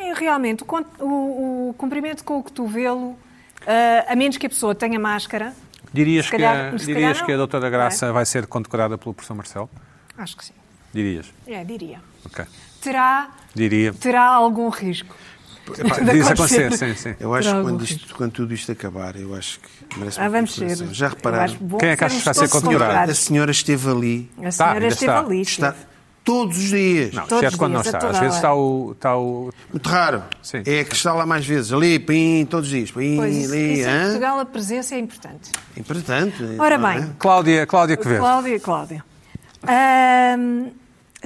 [SPEAKER 4] é realmente o, con- o- o cumprimento com o cotovelo, eh, a menos que a pessoa tenha máscara,
[SPEAKER 1] Dirias,
[SPEAKER 4] Se calhar-
[SPEAKER 1] que, a,
[SPEAKER 4] se calhar
[SPEAKER 1] dirias
[SPEAKER 4] não. é?
[SPEAKER 1] que a Doutora Graça vai ser condecorada pelo professor Marcelo?
[SPEAKER 4] acho que sim.
[SPEAKER 1] Dirias.
[SPEAKER 4] É, diria.
[SPEAKER 1] Ok.
[SPEAKER 4] Terá,
[SPEAKER 1] Diria.
[SPEAKER 4] terá algum risco.
[SPEAKER 1] Epá, Diz acontecer, sim, sim.
[SPEAKER 2] Eu acho que
[SPEAKER 4] Droga,
[SPEAKER 2] quando,
[SPEAKER 4] Rui.
[SPEAKER 2] isto- quando tudo isto acabar, eu acho que merece
[SPEAKER 4] Ah,
[SPEAKER 2] uma
[SPEAKER 4] vamos
[SPEAKER 2] consideração.
[SPEAKER 4] ser.
[SPEAKER 2] Já
[SPEAKER 4] eu
[SPEAKER 2] repararam?
[SPEAKER 4] acho bom
[SPEAKER 1] Quem é que acha que
[SPEAKER 4] sermos
[SPEAKER 1] está a ser
[SPEAKER 4] todos
[SPEAKER 1] contemporâneo?
[SPEAKER 2] A
[SPEAKER 4] moderados.
[SPEAKER 2] senhora esteve ali,
[SPEAKER 4] A
[SPEAKER 1] Está,
[SPEAKER 4] senhora
[SPEAKER 1] ainda
[SPEAKER 4] esteve
[SPEAKER 1] está.
[SPEAKER 4] ali.
[SPEAKER 2] está
[SPEAKER 4] esteve.
[SPEAKER 2] todos os dias.
[SPEAKER 1] Não,
[SPEAKER 4] Todos
[SPEAKER 1] exceto
[SPEAKER 4] os
[SPEAKER 1] quando não
[SPEAKER 4] dias, a
[SPEAKER 1] está.
[SPEAKER 4] toda
[SPEAKER 1] Às vezes está
[SPEAKER 4] hora.
[SPEAKER 1] o. Está o...
[SPEAKER 2] Muito raro.
[SPEAKER 1] Sim.
[SPEAKER 2] É que está lá mais vezes. Ali, pim, todos os dias. Pim,
[SPEAKER 4] Pois, isso,
[SPEAKER 2] ali,
[SPEAKER 4] isso em
[SPEAKER 2] hã?
[SPEAKER 4] Portugal a presença é importante.
[SPEAKER 2] Importante.
[SPEAKER 4] Ora
[SPEAKER 2] não é?
[SPEAKER 4] bem.
[SPEAKER 1] Cláudia, Cláudia Quevedo.
[SPEAKER 4] Cláudia, Cláudia. Ahm,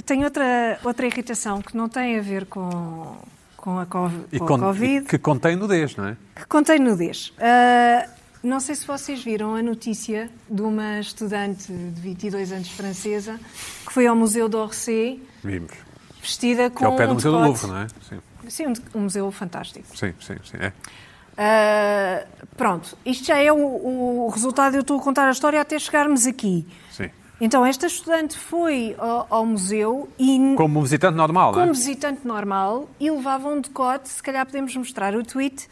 [SPEAKER 4] tenho outra, outra irritação que não tem a ver com, com a, cov-
[SPEAKER 1] E
[SPEAKER 4] com a
[SPEAKER 1] con-
[SPEAKER 4] Covid,
[SPEAKER 1] e que contém nudez, não é?
[SPEAKER 4] que contém nudez. Ah, não sei se vocês viram a notícia de uma estudante de 22 anos francesa que foi ao Museu d'Orsay
[SPEAKER 1] Vimos.
[SPEAKER 4] vestida com
[SPEAKER 1] Que é o pé
[SPEAKER 4] um
[SPEAKER 1] do Museu do
[SPEAKER 4] decote.
[SPEAKER 1] Louvre, não é? Sim,
[SPEAKER 4] Sim, um de- um museu fantástico.
[SPEAKER 1] sim, sim. sim, é.
[SPEAKER 4] Ah, pronto, isto já é o, o resultado. Eu estou a contar a história até chegarmos aqui.
[SPEAKER 1] Sim.
[SPEAKER 4] Então, esta estudante foi ao, ao museu e, n-
[SPEAKER 1] Como um visitante normal, não é?
[SPEAKER 4] como visitante normal, e levava um decote. Se calhar podemos mostrar o tweet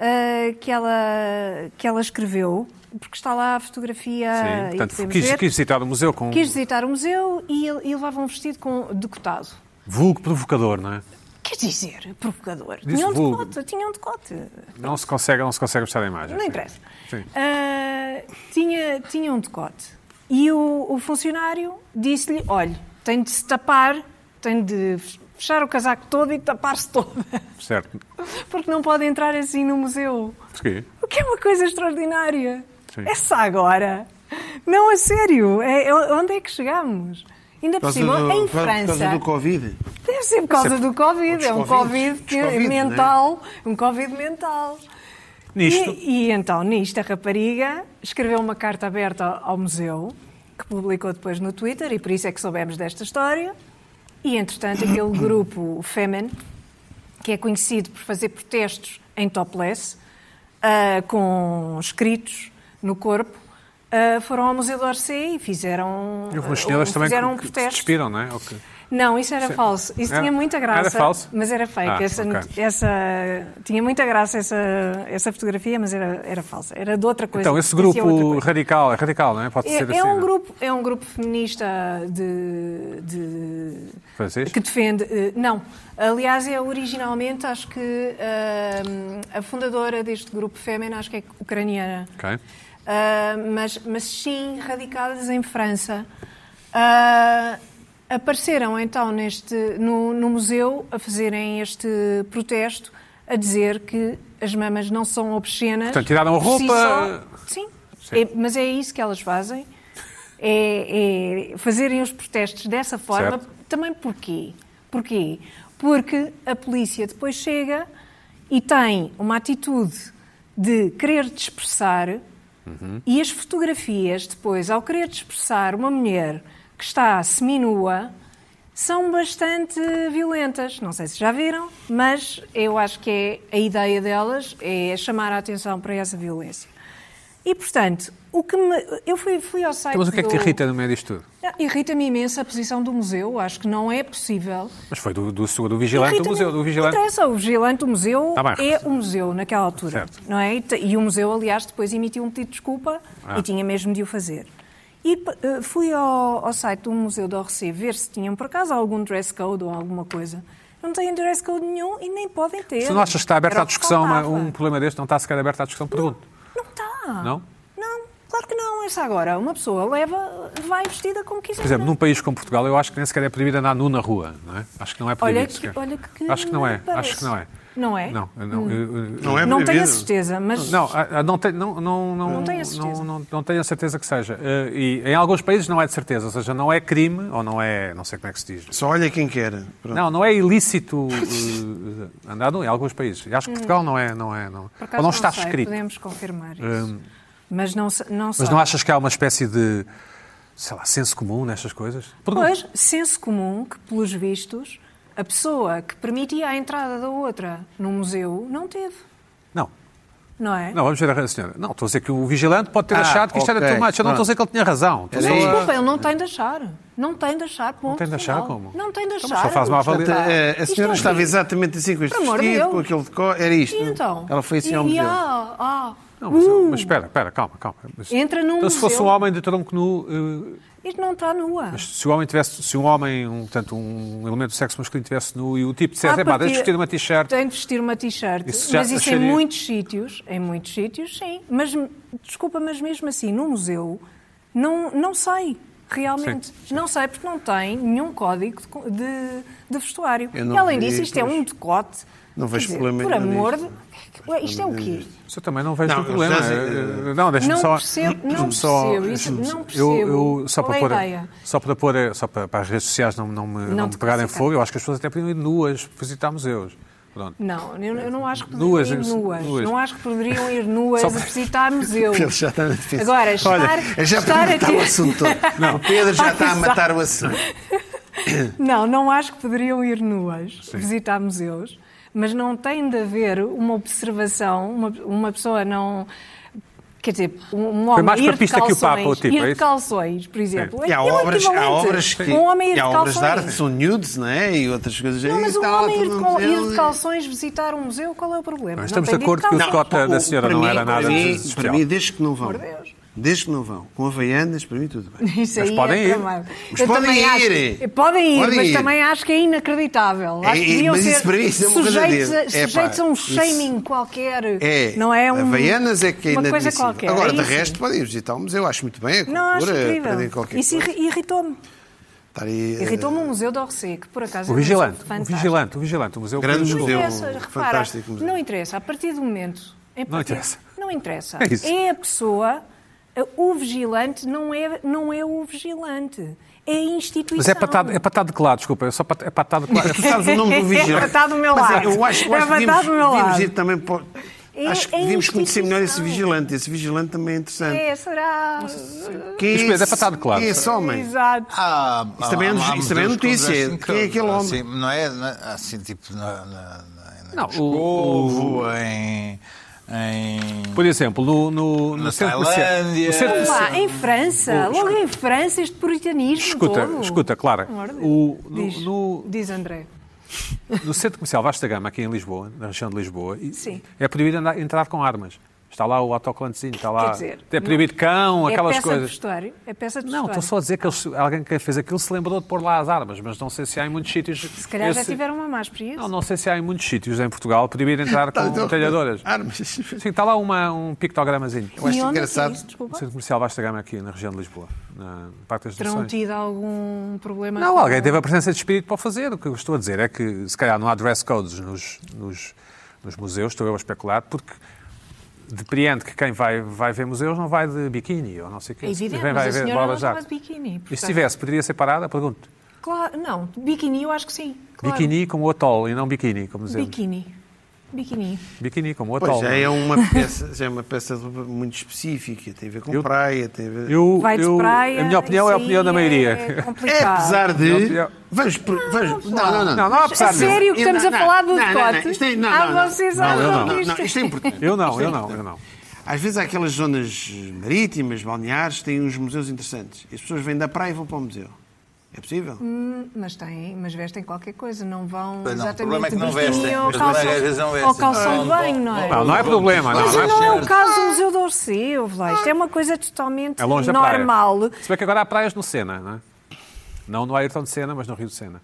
[SPEAKER 4] ah, que, ela, que ela escreveu, porque está lá a fotografia.
[SPEAKER 1] Sim,
[SPEAKER 4] e
[SPEAKER 1] portanto,
[SPEAKER 4] podemos
[SPEAKER 1] quis,
[SPEAKER 4] ver.
[SPEAKER 1] quis visitar o museu com um
[SPEAKER 4] Quis visitar o museu e, ele- e levava um vestido com decotado.
[SPEAKER 1] vulgo provocador, não é?
[SPEAKER 4] Quer dizer, provocador.
[SPEAKER 1] Disse
[SPEAKER 4] Tinha um
[SPEAKER 1] vulgo.
[SPEAKER 4] decote, tinha um decote.
[SPEAKER 1] Não se consegue, não se consegue mostrar a imagem.
[SPEAKER 4] Não
[SPEAKER 1] Sim.
[SPEAKER 4] interessa.
[SPEAKER 1] Sim.
[SPEAKER 4] Ah, tinha, tinha um decote. E o, o funcionário disse-lhe: olha, tem de se tapar, tem de fechar o casaco todo e tapar-se todo,
[SPEAKER 1] Certo.
[SPEAKER 4] porque não pode entrar assim no museu.
[SPEAKER 1] Porquê?
[SPEAKER 4] O que é uma coisa extraordinária.
[SPEAKER 1] Sim.
[SPEAKER 4] Essa agora. Não, a sério. É, é- onde é que chegamos? Ainda por
[SPEAKER 2] Por causa
[SPEAKER 4] cima,
[SPEAKER 2] do-
[SPEAKER 4] em
[SPEAKER 2] por causa- Por
[SPEAKER 4] França.
[SPEAKER 2] causa do Covid.
[SPEAKER 4] Deve ser É por causa do Covid.
[SPEAKER 2] dos
[SPEAKER 4] É um
[SPEAKER 2] Covid,
[SPEAKER 4] Covid,
[SPEAKER 2] dos Covid, né?
[SPEAKER 4] mental. Um Covid mental.
[SPEAKER 1] Nisto.
[SPEAKER 4] E, e então, nisto, a rapariga escreveu uma carta aberta ao, ao museu, que publicou depois no Twitter, e por isso é que soubemos desta história. E, entretanto, aquele grupo, o Femen, que é conhecido por fazer protestos em topless, ah, com escritos no corpo, ah, foram ao Museu do Orsay e fizeram,
[SPEAKER 1] Houve
[SPEAKER 4] ah,
[SPEAKER 1] umas senhoras também
[SPEAKER 4] fizeram um
[SPEAKER 1] que, que se
[SPEAKER 4] protesto.
[SPEAKER 1] despiram, não é? Ou que-
[SPEAKER 4] Não, isso era falso. Isso
[SPEAKER 1] Era-
[SPEAKER 4] tinha muita graça.
[SPEAKER 1] é- Ah, era falso?
[SPEAKER 4] Mas era fake.
[SPEAKER 1] Ah,
[SPEAKER 4] essa,
[SPEAKER 1] ok.
[SPEAKER 4] essa- tinha muita graça essa, essa fotografia, mas era, era falsa. Era de outra coisa.
[SPEAKER 1] Então, esse
[SPEAKER 4] Parecia outra
[SPEAKER 1] grupo
[SPEAKER 4] coisa.
[SPEAKER 1] radical, é radical, não é? Pode ser
[SPEAKER 4] É,
[SPEAKER 1] assim.
[SPEAKER 4] é
[SPEAKER 1] não
[SPEAKER 4] um grupo, é um grupo feminista de, de-
[SPEAKER 1] Francês?
[SPEAKER 4] que defende. eh, Não, aliás, é originalmente, acho que ah, a fundadora deste grupo Femen, acho que é ucraniana.
[SPEAKER 1] Ok. Então,
[SPEAKER 4] Ah, mas, mas sim radicadas em França. Ah, apareceram então neste, no, no museu a fazerem este protesto, a dizer que as mamas não são obscenas.
[SPEAKER 1] Portanto, tiraram a
[SPEAKER 4] por si
[SPEAKER 1] roupa.
[SPEAKER 4] só. Sim,
[SPEAKER 1] Sim.
[SPEAKER 4] É- mas é isso que elas fazem. É, é fazerem os protestos dessa forma.
[SPEAKER 1] Certo.
[SPEAKER 4] Também porquê? Porquê? Porque a polícia depois chega e tem uma atitude de querer dispersar e as fotografias depois, ao querer dispersar uma mulher que está seminua, são bastante violentas. Não sei se já viram, mas eu acho que é a ideia delas é chamar a atenção para essa violência. E, portanto, o que me... Eu fui, fui ao site
[SPEAKER 1] Então, mas o que é que te
[SPEAKER 4] do-
[SPEAKER 1] irrita no meio disto tudo?
[SPEAKER 4] não, Irrita-me imenso a posição do museu, acho que não é possível.
[SPEAKER 1] Mas foi do, do, do vigilante do
[SPEAKER 4] Irrita-me-
[SPEAKER 1] museu, do vigilante.
[SPEAKER 4] Não interessa, o vigilante do museu
[SPEAKER 1] Tá bem,
[SPEAKER 4] é
[SPEAKER 1] Rosa.
[SPEAKER 4] o museu naquela altura,
[SPEAKER 1] Certo.
[SPEAKER 4] não é? E te- E o museu, aliás, depois emitiu um pedido de desculpa
[SPEAKER 1] Ah.
[SPEAKER 4] e tinha mesmo de o fazer. E p- eh, fui ao, ao site do Museu do Orsay ver se tinham, por acaso, algum dress code ou alguma coisa. Não têm dress code nenhum e nem podem ter.
[SPEAKER 1] Se não achas que está aberto
[SPEAKER 4] Era
[SPEAKER 1] à
[SPEAKER 4] o que
[SPEAKER 1] discussão uma-
[SPEAKER 4] faltava. Ah.
[SPEAKER 1] um problema deste, não está sequer aberto à discussão, pergunto.
[SPEAKER 4] Não está.
[SPEAKER 1] Não?
[SPEAKER 4] Não, claro que não. Essa agora, uma pessoa leva, vai vestida como quiser.
[SPEAKER 1] Por exemplo, num país como Portugal, eu acho que nem sequer é proibido andar nu na rua, não é? Acho que não é proibido.
[SPEAKER 4] Olha que-
[SPEAKER 1] sequer.
[SPEAKER 4] olha que
[SPEAKER 1] acho que não é,
[SPEAKER 4] parece.
[SPEAKER 1] acho que não é.
[SPEAKER 4] Não é?
[SPEAKER 1] Não, eu não, eu- eu-
[SPEAKER 2] Não é
[SPEAKER 4] Não tenho a
[SPEAKER 2] proibido.
[SPEAKER 4] certeza, mas.
[SPEAKER 1] Não, ah, ah, não, tenho- não, não, não,
[SPEAKER 4] Não tenho a certeza.
[SPEAKER 1] não, não, não tenho a certeza que seja. Eh, E em alguns países não é de certeza, ou seja, não é crime, ou não é, não sei como é que se diz.
[SPEAKER 2] Só olha quem quer. Pronto.
[SPEAKER 1] Não, não é ilícito eh, andar nu em alguns países. Eu Acho que Portugal não é, não é, não.
[SPEAKER 4] Por acaso
[SPEAKER 1] Ou não está
[SPEAKER 4] sei,
[SPEAKER 1] escrito. Hum.
[SPEAKER 4] Podemos confirmar isso. Mas não, se- não
[SPEAKER 1] Mas
[SPEAKER 4] sei.
[SPEAKER 1] não achas que há uma espécie de, sei lá, senso comum nestas coisas? Pergunto.
[SPEAKER 4] Pois, senso comum que, pelos vistos, a pessoa que permitia a entrada da outra no museu não teve,
[SPEAKER 1] Não.
[SPEAKER 4] não é?
[SPEAKER 1] Não, vamos ver a senhora. Não, estou a dizer que o vigilante pode ter
[SPEAKER 2] Ah,
[SPEAKER 1] achado que isto era
[SPEAKER 2] ok.
[SPEAKER 1] too much. Eu não estou a dizer que ele tinha razão. Estou
[SPEAKER 4] Mas,
[SPEAKER 1] só a-
[SPEAKER 4] desculpa, ele não tem de achar. Não tem de achar, ponto.
[SPEAKER 1] Não tem de achar
[SPEAKER 4] final.
[SPEAKER 1] como?
[SPEAKER 4] Não tem de
[SPEAKER 1] Então,
[SPEAKER 4] achar.
[SPEAKER 1] mas só faz uma avalia-
[SPEAKER 2] Portanto, eh, a- a,
[SPEAKER 4] Isto é
[SPEAKER 2] senhora
[SPEAKER 4] um
[SPEAKER 2] estava
[SPEAKER 4] crime.
[SPEAKER 2] exatamente assim com este
[SPEAKER 4] Por amor de
[SPEAKER 2] vestido,
[SPEAKER 4] Deus.
[SPEAKER 2] com aquele decor. Era isto.
[SPEAKER 4] E então?
[SPEAKER 2] Ela foi assim
[SPEAKER 4] E-
[SPEAKER 2] ao
[SPEAKER 4] e
[SPEAKER 2] museu.
[SPEAKER 4] ah, ah,
[SPEAKER 1] Não, mas, mas espera, espera, calma, calma. Mas-
[SPEAKER 4] Entra num
[SPEAKER 1] então, se fosse
[SPEAKER 4] museu.
[SPEAKER 1] um homem de tronco nu, eh,
[SPEAKER 4] Isto não está nua.
[SPEAKER 1] se o homem tivesse, se um homem, um, portanto, um elemento do sexo masculino tivesse nu e o tipo dissesse,
[SPEAKER 4] À
[SPEAKER 1] é pá,
[SPEAKER 4] partida-
[SPEAKER 1] deixa vestir uma t-shirt.
[SPEAKER 4] Tem Ah, de vestir uma t-shirt.
[SPEAKER 1] Isso já
[SPEAKER 4] Mas isso
[SPEAKER 1] acharia-
[SPEAKER 4] em muitos sítios, em muitos sítios, sim. Mas, desculpa, mas mesmo assim, no museu, não, não sei, realmente.
[SPEAKER 1] Sim,
[SPEAKER 4] Não sei, porque não tem nenhum código de co- de, de vestuário.
[SPEAKER 2] Eu não
[SPEAKER 4] E, além
[SPEAKER 2] vi,
[SPEAKER 4] disso, isto é
[SPEAKER 2] pois.
[SPEAKER 4] um decote.
[SPEAKER 2] Não
[SPEAKER 4] Quer
[SPEAKER 2] vejo
[SPEAKER 4] dizer,
[SPEAKER 2] problema
[SPEAKER 4] Por
[SPEAKER 2] nenhum
[SPEAKER 4] amor de...
[SPEAKER 2] nisto.
[SPEAKER 4] Ué, Isto é o quê?
[SPEAKER 1] Isso eu também não vejo
[SPEAKER 2] Não,
[SPEAKER 1] nenhum problema.
[SPEAKER 2] eles
[SPEAKER 1] Eh,
[SPEAKER 2] dizem-
[SPEAKER 1] eh, Não, deixa-me
[SPEAKER 4] Não
[SPEAKER 1] só.
[SPEAKER 4] percebo- não
[SPEAKER 1] deixa-me só-
[SPEAKER 4] percebo isso, não
[SPEAKER 1] deixa-me-
[SPEAKER 4] percebo.
[SPEAKER 1] Eu, eu, só,
[SPEAKER 4] Qual
[SPEAKER 1] para
[SPEAKER 4] é a
[SPEAKER 1] pôr,
[SPEAKER 4] ideia?
[SPEAKER 1] só para pôr, eh, só para, para as redes sociais não, não me, não
[SPEAKER 4] Não
[SPEAKER 1] me
[SPEAKER 4] te
[SPEAKER 1] pegarem
[SPEAKER 4] classificar.
[SPEAKER 1] fogo, eu acho que as pessoas até podiam ir nuas visitar museus. Pronto.
[SPEAKER 4] Não, eu, eu não acho que
[SPEAKER 1] Nuas,
[SPEAKER 4] poderiam ir
[SPEAKER 1] isso,
[SPEAKER 4] nuas.
[SPEAKER 1] nuas.
[SPEAKER 4] Não acho que poderiam ir nuas
[SPEAKER 1] Só
[SPEAKER 4] a
[SPEAKER 1] para-
[SPEAKER 4] visitar museus.
[SPEAKER 2] Ele já está na defesa.
[SPEAKER 4] Agora, estar,
[SPEAKER 2] Olha, já
[SPEAKER 4] estar a
[SPEAKER 2] está o
[SPEAKER 4] ter-
[SPEAKER 2] assunto todo. O Pedro já está a matar o assunto.
[SPEAKER 4] Não, não acho que poderiam ir nuas visitar museus, mas não tem de haver uma observação, uma, uma pessoa não. Quer dizer, um homem
[SPEAKER 1] mais
[SPEAKER 4] ir de
[SPEAKER 1] papista que o
[SPEAKER 4] calções,
[SPEAKER 1] Papa, o tipo,
[SPEAKER 4] ir
[SPEAKER 1] é
[SPEAKER 4] de
[SPEAKER 1] isso?
[SPEAKER 4] calções, por exemplo.
[SPEAKER 2] E há
[SPEAKER 4] É o
[SPEAKER 2] obras, há
[SPEAKER 4] equivalente.
[SPEAKER 2] obras que.
[SPEAKER 4] Um homem ir
[SPEAKER 2] e
[SPEAKER 4] de
[SPEAKER 2] há obras de arte que
[SPEAKER 4] calções.
[SPEAKER 2] são nudes, não é? E outras coisas.
[SPEAKER 4] Não,
[SPEAKER 2] aí
[SPEAKER 4] mas
[SPEAKER 2] e
[SPEAKER 4] um
[SPEAKER 2] tal,
[SPEAKER 4] homem ir
[SPEAKER 2] tudo
[SPEAKER 4] de,
[SPEAKER 2] no
[SPEAKER 4] cal-
[SPEAKER 2] museu
[SPEAKER 4] ir de calções visitar um museu, qual é o problema? Não
[SPEAKER 1] Estamos de
[SPEAKER 4] tem ir
[SPEAKER 1] acordo que o
[SPEAKER 4] calções.
[SPEAKER 1] Scott- cota da
[SPEAKER 2] o-
[SPEAKER 1] senhora
[SPEAKER 2] para
[SPEAKER 1] não
[SPEAKER 2] mim-
[SPEAKER 1] era nada
[SPEAKER 2] para mim,
[SPEAKER 1] de especial.
[SPEAKER 2] para mim, desde que não vão.
[SPEAKER 4] Por Deus.
[SPEAKER 2] Desde que não vão. Com havaianas, para mim tudo bem.
[SPEAKER 4] Isso
[SPEAKER 1] Mas
[SPEAKER 4] aí
[SPEAKER 1] podem
[SPEAKER 4] é
[SPEAKER 1] ir.
[SPEAKER 4] tramado.
[SPEAKER 2] Mas
[SPEAKER 4] Eu
[SPEAKER 2] podem
[SPEAKER 4] também acho-
[SPEAKER 2] ir.
[SPEAKER 4] podem ir,
[SPEAKER 2] Podem
[SPEAKER 4] mas
[SPEAKER 2] ir.
[SPEAKER 4] também acho que é inacreditável. Acho
[SPEAKER 2] É,
[SPEAKER 4] que deviam
[SPEAKER 2] mas
[SPEAKER 4] ser
[SPEAKER 2] isso para isso é uma coisa
[SPEAKER 4] sujeitos, a,
[SPEAKER 2] dele. É, pá,
[SPEAKER 4] sujeitos a um
[SPEAKER 2] isso-
[SPEAKER 4] shaming qualquer.
[SPEAKER 2] É,
[SPEAKER 4] não é um,
[SPEAKER 2] Havaianas é que é
[SPEAKER 4] uma coisa
[SPEAKER 2] inadmissível.
[SPEAKER 4] qualquer.
[SPEAKER 2] Agora,
[SPEAKER 4] é
[SPEAKER 2] de
[SPEAKER 4] isso.
[SPEAKER 2] resto, podem ir visitar o museu. Acho muito bem a
[SPEAKER 4] Não, acho
[SPEAKER 2] cultura, aprender
[SPEAKER 4] incrível.
[SPEAKER 2] qualquer
[SPEAKER 4] Isso
[SPEAKER 2] coisa.
[SPEAKER 4] irri- irritou-me.
[SPEAKER 2] Estar aí, eh,
[SPEAKER 4] Irritou-me um o Museu de Orsay, que por acaso
[SPEAKER 1] O
[SPEAKER 4] é um museu
[SPEAKER 1] vigilante, o
[SPEAKER 4] fantástico.
[SPEAKER 1] vigilante, o vigilante, o museu
[SPEAKER 2] Grande
[SPEAKER 1] que nos
[SPEAKER 4] Não
[SPEAKER 2] museu.
[SPEAKER 1] roubou.
[SPEAKER 4] interessa, repara,
[SPEAKER 2] um fantástico museu.
[SPEAKER 4] não interessa. A partir do momento. em
[SPEAKER 1] Não
[SPEAKER 4] partir-
[SPEAKER 1] interessa.
[SPEAKER 4] Não interessa.
[SPEAKER 1] É isso.
[SPEAKER 4] a pessoa. O vigilante não é, não é o vigilante. É a instituição.
[SPEAKER 1] Mas é para estar, é para estar de que lado, desculpa, é só para, é para estar de que lado.
[SPEAKER 2] Sabes o nome do vigilante?
[SPEAKER 4] É para estar do meu
[SPEAKER 2] Mas
[SPEAKER 4] lado.
[SPEAKER 2] é, eu acho, eu
[SPEAKER 4] É
[SPEAKER 2] acho
[SPEAKER 4] para
[SPEAKER 2] que
[SPEAKER 4] estar
[SPEAKER 2] devíamos,
[SPEAKER 4] do meu
[SPEAKER 2] devíamos
[SPEAKER 4] lado.
[SPEAKER 2] ir também para...
[SPEAKER 4] É-
[SPEAKER 2] acho que
[SPEAKER 4] é
[SPEAKER 2] devíamos conhecer melhor esse
[SPEAKER 4] instituição.
[SPEAKER 2] vigilante. Esse vigilante também é interessante.
[SPEAKER 4] É, será.
[SPEAKER 2] Quem é
[SPEAKER 1] Mas, Pedro, é
[SPEAKER 2] esse-
[SPEAKER 1] para estar de claro.
[SPEAKER 2] Quem é esse homem?
[SPEAKER 4] Exato.
[SPEAKER 3] Há,
[SPEAKER 2] Isso também é
[SPEAKER 3] há-
[SPEAKER 2] no-
[SPEAKER 3] há
[SPEAKER 2] isso também é
[SPEAKER 3] museus
[SPEAKER 2] notícia.
[SPEAKER 3] com dressing
[SPEAKER 2] Quem é aquele
[SPEAKER 3] rooms,
[SPEAKER 2] homem?
[SPEAKER 3] assim, não é na- assim, tipo, na, na, na,
[SPEAKER 1] Não,
[SPEAKER 3] não,
[SPEAKER 1] o-
[SPEAKER 3] em... em...
[SPEAKER 1] Por exemplo, no, no, no
[SPEAKER 3] Na
[SPEAKER 1] centro comercial.
[SPEAKER 3] Tailândia.
[SPEAKER 1] No centro
[SPEAKER 4] Vamos
[SPEAKER 1] comercial.
[SPEAKER 4] lá, em França. Logo em França, este puritanismo.
[SPEAKER 1] Escuta,
[SPEAKER 4] todo.
[SPEAKER 1] escuta, Clara.
[SPEAKER 4] Pelo amor de Deus.
[SPEAKER 1] O, no,
[SPEAKER 4] Diz,
[SPEAKER 1] no-
[SPEAKER 4] diz André.
[SPEAKER 1] no centro comercial Vasta Gama, aqui em Lisboa, na região de Lisboa, e-
[SPEAKER 4] Sim.
[SPEAKER 1] é proibido andar- entrar com armas. Está lá o autoclantezinho, está lá.
[SPEAKER 4] Quer dizer,
[SPEAKER 1] é proibido cão,
[SPEAKER 4] é
[SPEAKER 1] aquelas
[SPEAKER 4] peça
[SPEAKER 1] coisas.
[SPEAKER 4] de vestuário. É peça de
[SPEAKER 1] Não,
[SPEAKER 4] vestuário.
[SPEAKER 1] estou só a dizer que eles- alguém que fez aquilo se lembrou de pôr lá as armas, mas não sei se há em muitos sítios.
[SPEAKER 4] Se calhar já tiveram uma má experiência.
[SPEAKER 1] Não, não sei se há em muitos sítios em Portugal proibido entrar com
[SPEAKER 2] Então,
[SPEAKER 1] metralhadoras.
[SPEAKER 2] Armas.
[SPEAKER 1] Sim, está lá uma- um pictogramazinho.
[SPEAKER 2] Eu acho
[SPEAKER 4] E onde é que é
[SPEAKER 2] engraçado.
[SPEAKER 4] isso?
[SPEAKER 1] O
[SPEAKER 4] Desculpa.
[SPEAKER 1] centro comercial Vasta Gama aqui na região de Lisboa, na Parque das
[SPEAKER 4] Terão
[SPEAKER 1] Nações.
[SPEAKER 4] tido algum problema?
[SPEAKER 1] Não,
[SPEAKER 4] com-
[SPEAKER 1] alguém teve a presença de espírito para o fazer. O que eu estou a dizer é que, se calhar, não há dress codes nos, nos, nos museus, estou eu a especular, porque depreendo que quem vai, vai ver museus não vai de biquíni ou não sei o quê.
[SPEAKER 4] É evidente,
[SPEAKER 1] Quem
[SPEAKER 4] mas
[SPEAKER 1] vai
[SPEAKER 4] a
[SPEAKER 1] ver
[SPEAKER 4] senhora não
[SPEAKER 1] bolas de
[SPEAKER 4] estava
[SPEAKER 1] arte.
[SPEAKER 4] de biquíni.
[SPEAKER 1] E se
[SPEAKER 4] portanto-
[SPEAKER 1] tivesse, poderia ser parada? Pergunto.
[SPEAKER 4] Claro, não. Biquíni eu acho que sim. Claro.
[SPEAKER 1] Biquíni como o atol e não biquíni, como dizemos.
[SPEAKER 4] Biquíni. Biquíni.
[SPEAKER 1] Biquíni como o
[SPEAKER 2] Pois,
[SPEAKER 1] atol.
[SPEAKER 2] já é uma peça, já é uma peça de roupa muito específica. Tem a ver com
[SPEAKER 1] Eu-
[SPEAKER 2] praia, tem a ver...
[SPEAKER 1] Eu,
[SPEAKER 4] Vai de
[SPEAKER 1] eu-
[SPEAKER 4] praia.
[SPEAKER 1] a minha opinião
[SPEAKER 4] isso
[SPEAKER 1] é a opinião
[SPEAKER 4] aí
[SPEAKER 1] da
[SPEAKER 4] É
[SPEAKER 1] maioria.
[SPEAKER 4] complicado.
[SPEAKER 2] Apesar
[SPEAKER 1] Não,
[SPEAKER 2] de...
[SPEAKER 1] eu-
[SPEAKER 2] Vamos... por- vamos- Não, não, não.
[SPEAKER 1] Não, não há apesar
[SPEAKER 4] A
[SPEAKER 1] disso.
[SPEAKER 4] é sério que
[SPEAKER 2] Eu-
[SPEAKER 4] estamos a
[SPEAKER 2] não,
[SPEAKER 4] falar do
[SPEAKER 2] não, não, não,
[SPEAKER 4] decote?
[SPEAKER 2] isto é- não,
[SPEAKER 4] Ah,
[SPEAKER 2] não, não.
[SPEAKER 4] vocês
[SPEAKER 2] Não,
[SPEAKER 1] eu
[SPEAKER 4] acham
[SPEAKER 1] não.
[SPEAKER 4] que
[SPEAKER 2] Não,
[SPEAKER 4] isto...
[SPEAKER 2] não, isto é importante.
[SPEAKER 1] Eu não,
[SPEAKER 2] Isto é
[SPEAKER 1] eu não,
[SPEAKER 2] importante.
[SPEAKER 1] eu não.
[SPEAKER 2] Às vezes há aquelas zonas marítimas, balneares, têm uns museus interessantes. As pessoas vêm da praia e vão para o museu. É possível?
[SPEAKER 4] Hum, Mas têm, mas vestem qualquer coisa, não vão
[SPEAKER 3] Pois não, o
[SPEAKER 4] exatamente
[SPEAKER 3] problema é que não
[SPEAKER 4] biquíni
[SPEAKER 3] vestem.
[SPEAKER 4] ou
[SPEAKER 3] Mas também às vezes não
[SPEAKER 4] calção,
[SPEAKER 3] vestem.
[SPEAKER 4] ou calção de
[SPEAKER 3] Não,
[SPEAKER 4] banho,
[SPEAKER 3] não,
[SPEAKER 4] não é?
[SPEAKER 1] Não, não é problema. Não,
[SPEAKER 4] Mas
[SPEAKER 1] não é
[SPEAKER 4] não, é o
[SPEAKER 1] problema.
[SPEAKER 4] caso do Museu de Orsay, ouve lá. Isto é uma coisa totalmente
[SPEAKER 1] É longe da praia.
[SPEAKER 4] normal.
[SPEAKER 1] Se bem que agora há praias no Sena, não é? Não no Ayrton de Sena, mas no Rio de Sena.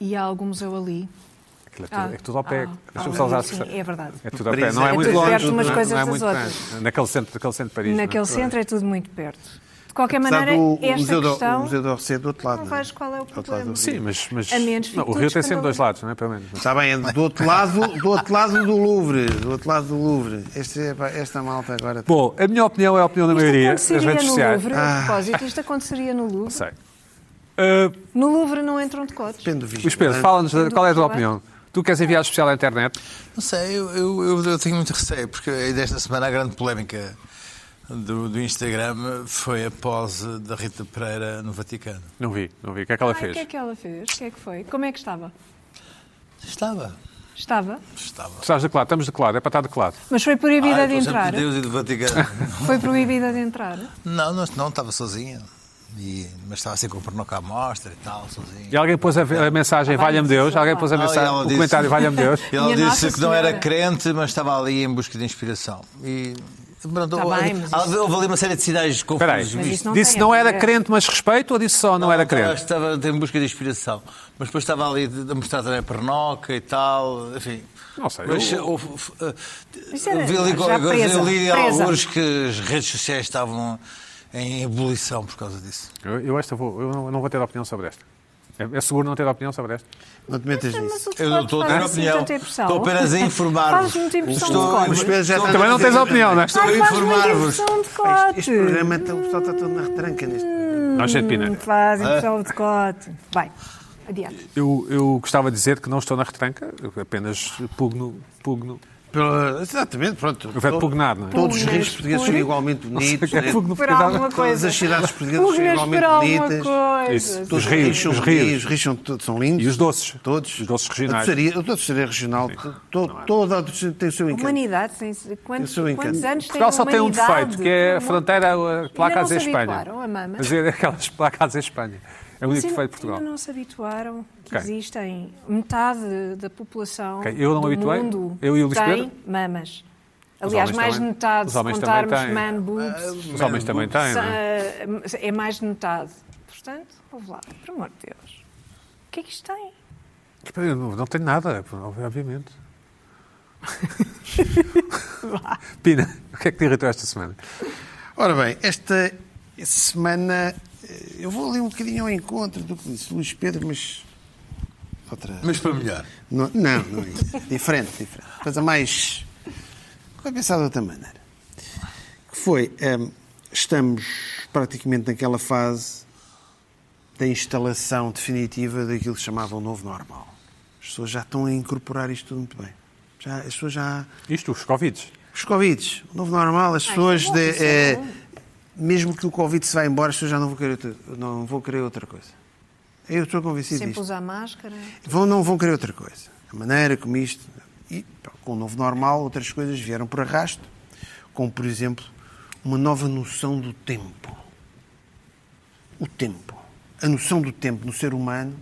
[SPEAKER 4] E há algum museu ali.
[SPEAKER 1] Aquilo é tudo,
[SPEAKER 4] Ah,
[SPEAKER 1] é tudo ao pé.
[SPEAKER 4] ah,
[SPEAKER 1] Deixa-me
[SPEAKER 4] ah,
[SPEAKER 1] só usar-
[SPEAKER 4] sim, é verdade.
[SPEAKER 1] É tudo ao pé.
[SPEAKER 2] Paris
[SPEAKER 1] Não é,
[SPEAKER 2] é
[SPEAKER 1] muito
[SPEAKER 2] tudo
[SPEAKER 1] longe.
[SPEAKER 2] perto umas
[SPEAKER 1] não é-
[SPEAKER 4] coisas
[SPEAKER 1] não é
[SPEAKER 4] das
[SPEAKER 1] muito
[SPEAKER 4] outras.
[SPEAKER 1] perto. Naquele centro, naquele centro de Paris. não é?
[SPEAKER 4] Naquele centro é tudo muito perto. De qualquer
[SPEAKER 2] Apesar
[SPEAKER 4] maneira,
[SPEAKER 2] do o
[SPEAKER 4] esta
[SPEAKER 2] museu do,
[SPEAKER 4] questão...
[SPEAKER 2] o museu do Orsay é do outro lado.
[SPEAKER 4] não
[SPEAKER 2] não é?
[SPEAKER 4] vejo qual é o
[SPEAKER 2] Do outro lado do
[SPEAKER 4] problema.
[SPEAKER 2] rio.
[SPEAKER 1] Sim, mas, mas
[SPEAKER 4] A menos
[SPEAKER 1] não,
[SPEAKER 4] fico
[SPEAKER 1] o Rio
[SPEAKER 4] todo
[SPEAKER 1] tem sempre dois
[SPEAKER 4] escandaloso.
[SPEAKER 1] lados, não é? Pelo menos.
[SPEAKER 2] Está bem, é do outro lado do, outro lado do Louvre. Do outro lado do Louvre. Este, é- pá, esta malta agora.
[SPEAKER 1] Bom, a minha opinião é a opinião da
[SPEAKER 4] Isto
[SPEAKER 1] maioria das
[SPEAKER 4] aconteceria
[SPEAKER 1] redes
[SPEAKER 4] no
[SPEAKER 1] sociais.
[SPEAKER 4] Louvre,
[SPEAKER 2] Ah.
[SPEAKER 4] a propósito, isto aconteceria no Louvre.
[SPEAKER 1] Sei. Ah,
[SPEAKER 4] No Louvre não entram decotes.
[SPEAKER 2] Depende do vídeo.
[SPEAKER 1] Luís Pedro, fala-nos da- qual é a tua opinião. Tu queres enviar especial à internet?
[SPEAKER 3] Não sei, eu, eu, eu- eu tenho muito receio, porque desta semana a grande polémica do, do Instagram foi a pose da Rita Pereira no Vaticano.
[SPEAKER 1] Não vi, não vi. O que é que ela
[SPEAKER 4] Ai, o
[SPEAKER 1] fez?
[SPEAKER 4] que é que ela fez? O que é que foi? Como é que estava?
[SPEAKER 3] Estava.
[SPEAKER 4] Estava?
[SPEAKER 3] Estava.
[SPEAKER 1] Tu estás de que lado? Estamos de que lado? É para estar de que lado?
[SPEAKER 4] Mas foi proibida
[SPEAKER 3] Ai,
[SPEAKER 4] de
[SPEAKER 3] pelo santo
[SPEAKER 4] entrar?
[SPEAKER 3] Deus e do Vaticano.
[SPEAKER 4] Foi proibida de entrar?
[SPEAKER 3] não, não, não, estava sozinha. E, mas estava sempre com o pornoca à mostra e tal, sozinho.
[SPEAKER 1] E alguém pôs a, a mensagem
[SPEAKER 4] Ah, vai,
[SPEAKER 1] Valha-me Deus,
[SPEAKER 4] isso,
[SPEAKER 1] alguém pôs a
[SPEAKER 3] Ah,
[SPEAKER 1] mensagem,
[SPEAKER 3] ela
[SPEAKER 1] o
[SPEAKER 3] disse-
[SPEAKER 1] comentário Valha-me Deus.
[SPEAKER 3] Ele
[SPEAKER 4] Minha
[SPEAKER 3] disse
[SPEAKER 4] Nossa
[SPEAKER 3] que não era
[SPEAKER 4] Senhora.
[SPEAKER 3] crente, mas estava ali em busca de inspiração. E pronto,
[SPEAKER 4] Tá
[SPEAKER 3] houve,
[SPEAKER 4] bem, mas
[SPEAKER 3] houve- houve ali uma série de sinais
[SPEAKER 1] Espera aí,
[SPEAKER 3] confusos.
[SPEAKER 4] Mas isso não
[SPEAKER 1] disse
[SPEAKER 4] tem a
[SPEAKER 1] não era
[SPEAKER 4] ver.
[SPEAKER 1] crente, mas respeito, ou disse só não era
[SPEAKER 3] Estava,
[SPEAKER 1] crente?
[SPEAKER 3] estava em busca de inspiração. Mas depois estava ali a mostrar também a pernoca e tal, enfim.
[SPEAKER 1] Não sei,
[SPEAKER 3] Mas,
[SPEAKER 1] eu-
[SPEAKER 3] houve- eh,
[SPEAKER 4] Isso era-
[SPEAKER 3] vi ali
[SPEAKER 4] já
[SPEAKER 3] qualquer coisa,
[SPEAKER 4] presa,
[SPEAKER 3] eu li
[SPEAKER 4] presa.
[SPEAKER 3] alguns que as redes sociais estavam em ebulição por causa disso.
[SPEAKER 1] Eu, eu esta vou, eu não, eu não vou ter opinião sobre esta. É, é seguro não ter opinião sobre esta?
[SPEAKER 2] Não te metas nisso.
[SPEAKER 4] Mas o
[SPEAKER 3] Eu não
[SPEAKER 4] Fado
[SPEAKER 3] estou a
[SPEAKER 4] faz
[SPEAKER 3] ter
[SPEAKER 4] assim
[SPEAKER 3] opinião.
[SPEAKER 4] tanta impressão.
[SPEAKER 3] Estou apenas a informar-vos.
[SPEAKER 4] Faz muita impressão
[SPEAKER 2] Estou-
[SPEAKER 4] de
[SPEAKER 2] mas
[SPEAKER 4] cor.
[SPEAKER 2] espera, já
[SPEAKER 3] estou-
[SPEAKER 2] está
[SPEAKER 1] Também não
[SPEAKER 2] a dizer-
[SPEAKER 1] tens opinião, não é?
[SPEAKER 3] Estou a
[SPEAKER 4] Ai, faz muita
[SPEAKER 3] informar-vos.
[SPEAKER 4] impressão de cote.
[SPEAKER 2] Este programa, está- o pessoal está todo na retranca neste
[SPEAKER 1] Não, cheio de
[SPEAKER 4] Hum,
[SPEAKER 1] pina.
[SPEAKER 3] Ah.
[SPEAKER 4] Faz impressão de cote. Bem, adiante.
[SPEAKER 1] Eu, eu gostava de dizer que não estou na retranca, eu apenas pugno, pugno.
[SPEAKER 2] Pela- Exatamente, pronto.
[SPEAKER 1] Eu vou
[SPEAKER 2] To-
[SPEAKER 1] pugnar, não é?
[SPEAKER 2] Todos os
[SPEAKER 4] Pugnas,
[SPEAKER 2] rios portugueses são
[SPEAKER 4] pugna.
[SPEAKER 2] igualmente bonitos.
[SPEAKER 1] sei o que é
[SPEAKER 2] né?
[SPEAKER 1] pugno.
[SPEAKER 4] Por
[SPEAKER 1] Cuidado.
[SPEAKER 4] alguma
[SPEAKER 1] Todas
[SPEAKER 4] coisa.
[SPEAKER 2] as cidades portuguesas são
[SPEAKER 4] Pugnas
[SPEAKER 2] igualmente
[SPEAKER 4] por alguma
[SPEAKER 2] bonitas.
[SPEAKER 4] coisa.
[SPEAKER 1] Isso.
[SPEAKER 2] Todos os
[SPEAKER 1] Os rios,
[SPEAKER 2] rios são
[SPEAKER 1] os rios.
[SPEAKER 2] bonitos, os rios são, to- são lindos.
[SPEAKER 1] E os doces.
[SPEAKER 2] Todos.
[SPEAKER 1] Os doces regionais. é?
[SPEAKER 2] A doçaria, a doçaria regional, to- to- toda a doçaria tem o seu
[SPEAKER 4] A
[SPEAKER 2] encanto.
[SPEAKER 4] humanidade tem quantos,
[SPEAKER 2] sou um encanto.
[SPEAKER 4] quantos anos tem a
[SPEAKER 1] Portugal só tem um
[SPEAKER 4] humanidade?
[SPEAKER 1] defeito, que é a fronteira, a placa a
[SPEAKER 4] não
[SPEAKER 1] dizer
[SPEAKER 4] se
[SPEAKER 1] Espanha.
[SPEAKER 4] habituaram, a mama.
[SPEAKER 1] A dizer aquelas placas a dizer Espanha. É o único
[SPEAKER 4] Sim,
[SPEAKER 1] defeito de Portugal.
[SPEAKER 4] Ainda não se habituaram que
[SPEAKER 1] Ok.
[SPEAKER 4] existem metade da população
[SPEAKER 1] Ok, eu não
[SPEAKER 4] do
[SPEAKER 1] habituei.
[SPEAKER 4] mundo
[SPEAKER 1] Eu e o Luís
[SPEAKER 4] tem
[SPEAKER 1] Pedro?
[SPEAKER 4] mamas.
[SPEAKER 1] Os
[SPEAKER 4] Aliás,
[SPEAKER 1] homens
[SPEAKER 4] mais
[SPEAKER 1] também-
[SPEAKER 4] de metade,
[SPEAKER 1] os
[SPEAKER 4] se
[SPEAKER 1] homens
[SPEAKER 4] contarmos
[SPEAKER 1] também têm.
[SPEAKER 4] man
[SPEAKER 2] Ah,
[SPEAKER 4] boobs,
[SPEAKER 1] Os homens também têm, não é?
[SPEAKER 4] se- é mais de metade. Portanto, ouve lá, por amor de Deus. O que é que isto tem?
[SPEAKER 1] Espera, Tipo, eu não, não tenho nada, obviamente. Pina, o que é que te irritou esta semana?
[SPEAKER 2] Ora bem, esta semana eh, eu vou ali um bocadinho ao encontro do que disse Luís Pedro, mas. Outra.
[SPEAKER 3] Mas para melhor.
[SPEAKER 2] Não, não, não é isso. Diferente, diferente. Coisa mais. Foi pensar de outra maneira. Que foi. hum, estamos praticamente naquela fase da instalação definitiva daquilo que se chamava o novo normal. As pessoas já estão a incorporar isto tudo muito bem. Já, as pessoas já.
[SPEAKER 1] Isto, os Covids.
[SPEAKER 2] Os Covid, o novo normal, as pessoas.
[SPEAKER 4] isso é bom,
[SPEAKER 2] de,
[SPEAKER 4] isso é
[SPEAKER 2] eh, mesmo que o Covid se vá embora, as pessoas já não vão querer, outra- não vão querer outra coisa. Eu estou convencido
[SPEAKER 4] Sempre
[SPEAKER 2] disto
[SPEAKER 4] usar máscara?
[SPEAKER 2] vão, não vão querer outra coisa. A maneira como isto. E pá, com o novo normal, outras coisas vieram por arrasto, como por exemplo uma nova noção do tempo. O tempo. A noção do tempo no ser humano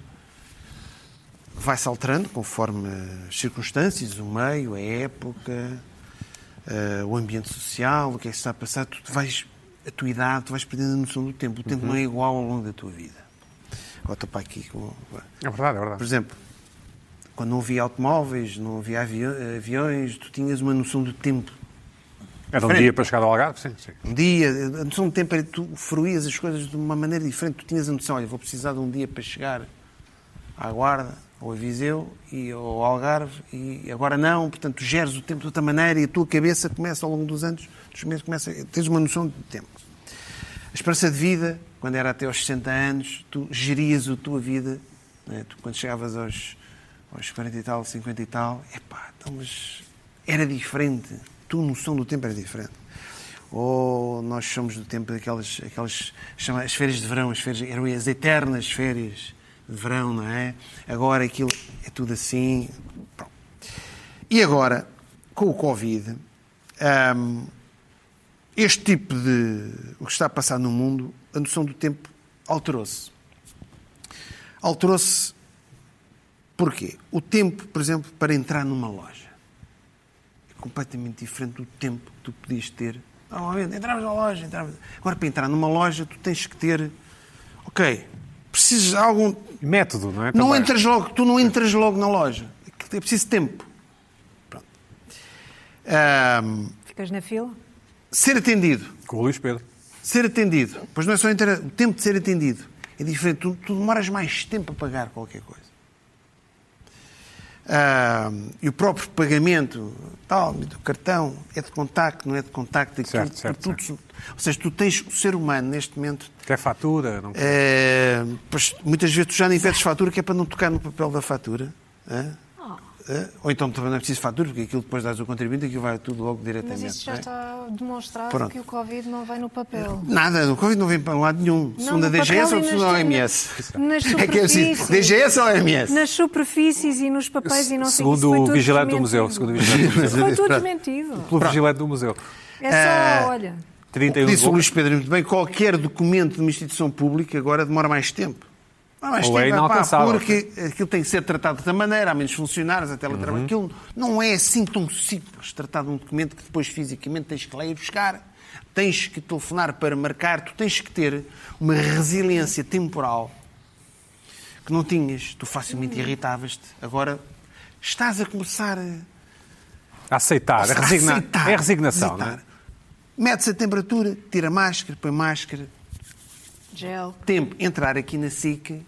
[SPEAKER 2] vai-se alterando conforme as circunstâncias, o meio, a época, eh, o ambiente social, o que é que está a passar. Tu te vais, a tua idade, tu vais perdendo a noção do tempo. O tempo não é igual ao longo da tua vida. Agora estou para aqui com.
[SPEAKER 1] É verdade, é
[SPEAKER 2] Por
[SPEAKER 1] verdade.
[SPEAKER 2] exemplo, quando não havia automóveis, não havia avio- aviões, tu tinhas uma noção do tempo.
[SPEAKER 1] Era um
[SPEAKER 2] Frente.
[SPEAKER 1] dia para chegar ao Algarve, sim, sim.
[SPEAKER 2] Um dia, a noção do tempo era que tu fruías as coisas de uma maneira diferente. Tu tinhas a noção, olha, vou precisar de um dia para chegar à Guarda, ou a Viseu, e, ou ao Algarve, e agora não. Portanto, tu geres o tempo de outra maneira e a tua cabeça começa, ao longo dos anos, dos meses, começa, tens uma noção do tempo. A esperança de vida, quando era até aos 60 anos, tu gerias a tua vida. né? Tu, quando chegavas aos, aos 40 e tal, 50 e tal, epá, então, mas era diferente. A tua noção do tempo era diferente. Ou nós somos do tempo daquelas aquelas, chama, as férias de verão, as férias, eram as eternas férias de verão, não é? Agora aquilo é tudo assim. Pronto. E agora, com o Covid, hum, este tipo de. o que está a passar no mundo, a noção do tempo alterou-se. Alterou-se porquê? O tempo, por exemplo, para entrar numa loja é completamente diferente do tempo que tu podias ter. Normalmente, entravas na loja, entravas. Agora, para entrar numa loja, tu tens que ter. Ok, precisas de algum.
[SPEAKER 1] Método, não é?
[SPEAKER 2] Não
[SPEAKER 1] Também.
[SPEAKER 2] entras logo, tu não entras logo na loja. Aquilo É preciso tempo. Pronto. Ahm,
[SPEAKER 4] Ficas na fila?
[SPEAKER 2] ser atendido
[SPEAKER 1] Com o Luís Pedro.
[SPEAKER 2] ser atendido. Pois não é só inter... o tempo de ser atendido. É diferente. Tu, tu demoras mais tempo a pagar qualquer coisa. Ah, e o próprio pagamento, tal, do cartão, é de contacto, não é de contacto, daquilo,
[SPEAKER 1] Certo, certo,
[SPEAKER 2] tudo- Ou seseja, tu tens o ser humano neste momento.
[SPEAKER 1] Até é fatura. Não...
[SPEAKER 2] eh, pois, muitas vezes tu já nem pedes fatura que é para não tocar no papel da fatura. hã?
[SPEAKER 4] Oh.
[SPEAKER 2] Hã? Ou então também não é preciso fatura, porque aquilo depois dás o contribuinte e aquilo vai tudo logo diretamente.
[SPEAKER 4] Mas isso já
[SPEAKER 2] não é?
[SPEAKER 4] está demonstrado
[SPEAKER 2] Pronto.
[SPEAKER 4] que o Covid não vai no papel.
[SPEAKER 2] Nada, o Covid não vem para um lado nenhum. Segunda
[SPEAKER 4] no papel
[SPEAKER 2] DGS
[SPEAKER 4] e
[SPEAKER 2] ou segunda
[SPEAKER 4] nas-
[SPEAKER 2] OMS?
[SPEAKER 4] Nas
[SPEAKER 2] É que é assim,
[SPEAKER 4] superfícies.
[SPEAKER 2] DGS ou OMS?
[SPEAKER 4] Nas superfícies e nos papéis e não sei
[SPEAKER 1] Segundo
[SPEAKER 4] isso foi
[SPEAKER 1] o
[SPEAKER 4] tudo
[SPEAKER 1] vigilante do
[SPEAKER 4] desmentido.
[SPEAKER 1] museu. um Segundo o vigilante do museu.
[SPEAKER 4] Foi tudo desmentido.
[SPEAKER 2] Ah.
[SPEAKER 1] Pelo vigilante do museu.
[SPEAKER 4] É só, olha,
[SPEAKER 2] O
[SPEAKER 5] 31
[SPEAKER 2] que disse o
[SPEAKER 5] de
[SPEAKER 2] Luís Pedro muito bem, qualquer documento de uma instituição pública agora demora mais tempo. Demora mais
[SPEAKER 1] Ou
[SPEAKER 2] tempo,
[SPEAKER 1] é
[SPEAKER 2] pá,
[SPEAKER 1] inalcançável.
[SPEAKER 2] porque aquilo tem que ser tratado da maneira, há menos funcionários, há
[SPEAKER 1] Uhum.
[SPEAKER 2] teletrabalho. Aquilo não é assim tão simples tratar de um documento que depois fisicamente tens que lá ir buscar, tens que telefonar para marcar, tu tens que ter uma resiliência temporal que não tinhas, tu facilmente irritavas-te. Agora estás a começar a
[SPEAKER 1] A aceitar, a resigna-
[SPEAKER 2] Aceitar,
[SPEAKER 1] é a resignação.
[SPEAKER 2] aceitar.
[SPEAKER 1] não é?
[SPEAKER 2] Mete-se a temperatura, tira a máscara, põe máscara,
[SPEAKER 4] Gel.
[SPEAKER 2] tempo, entrar aqui na SIC,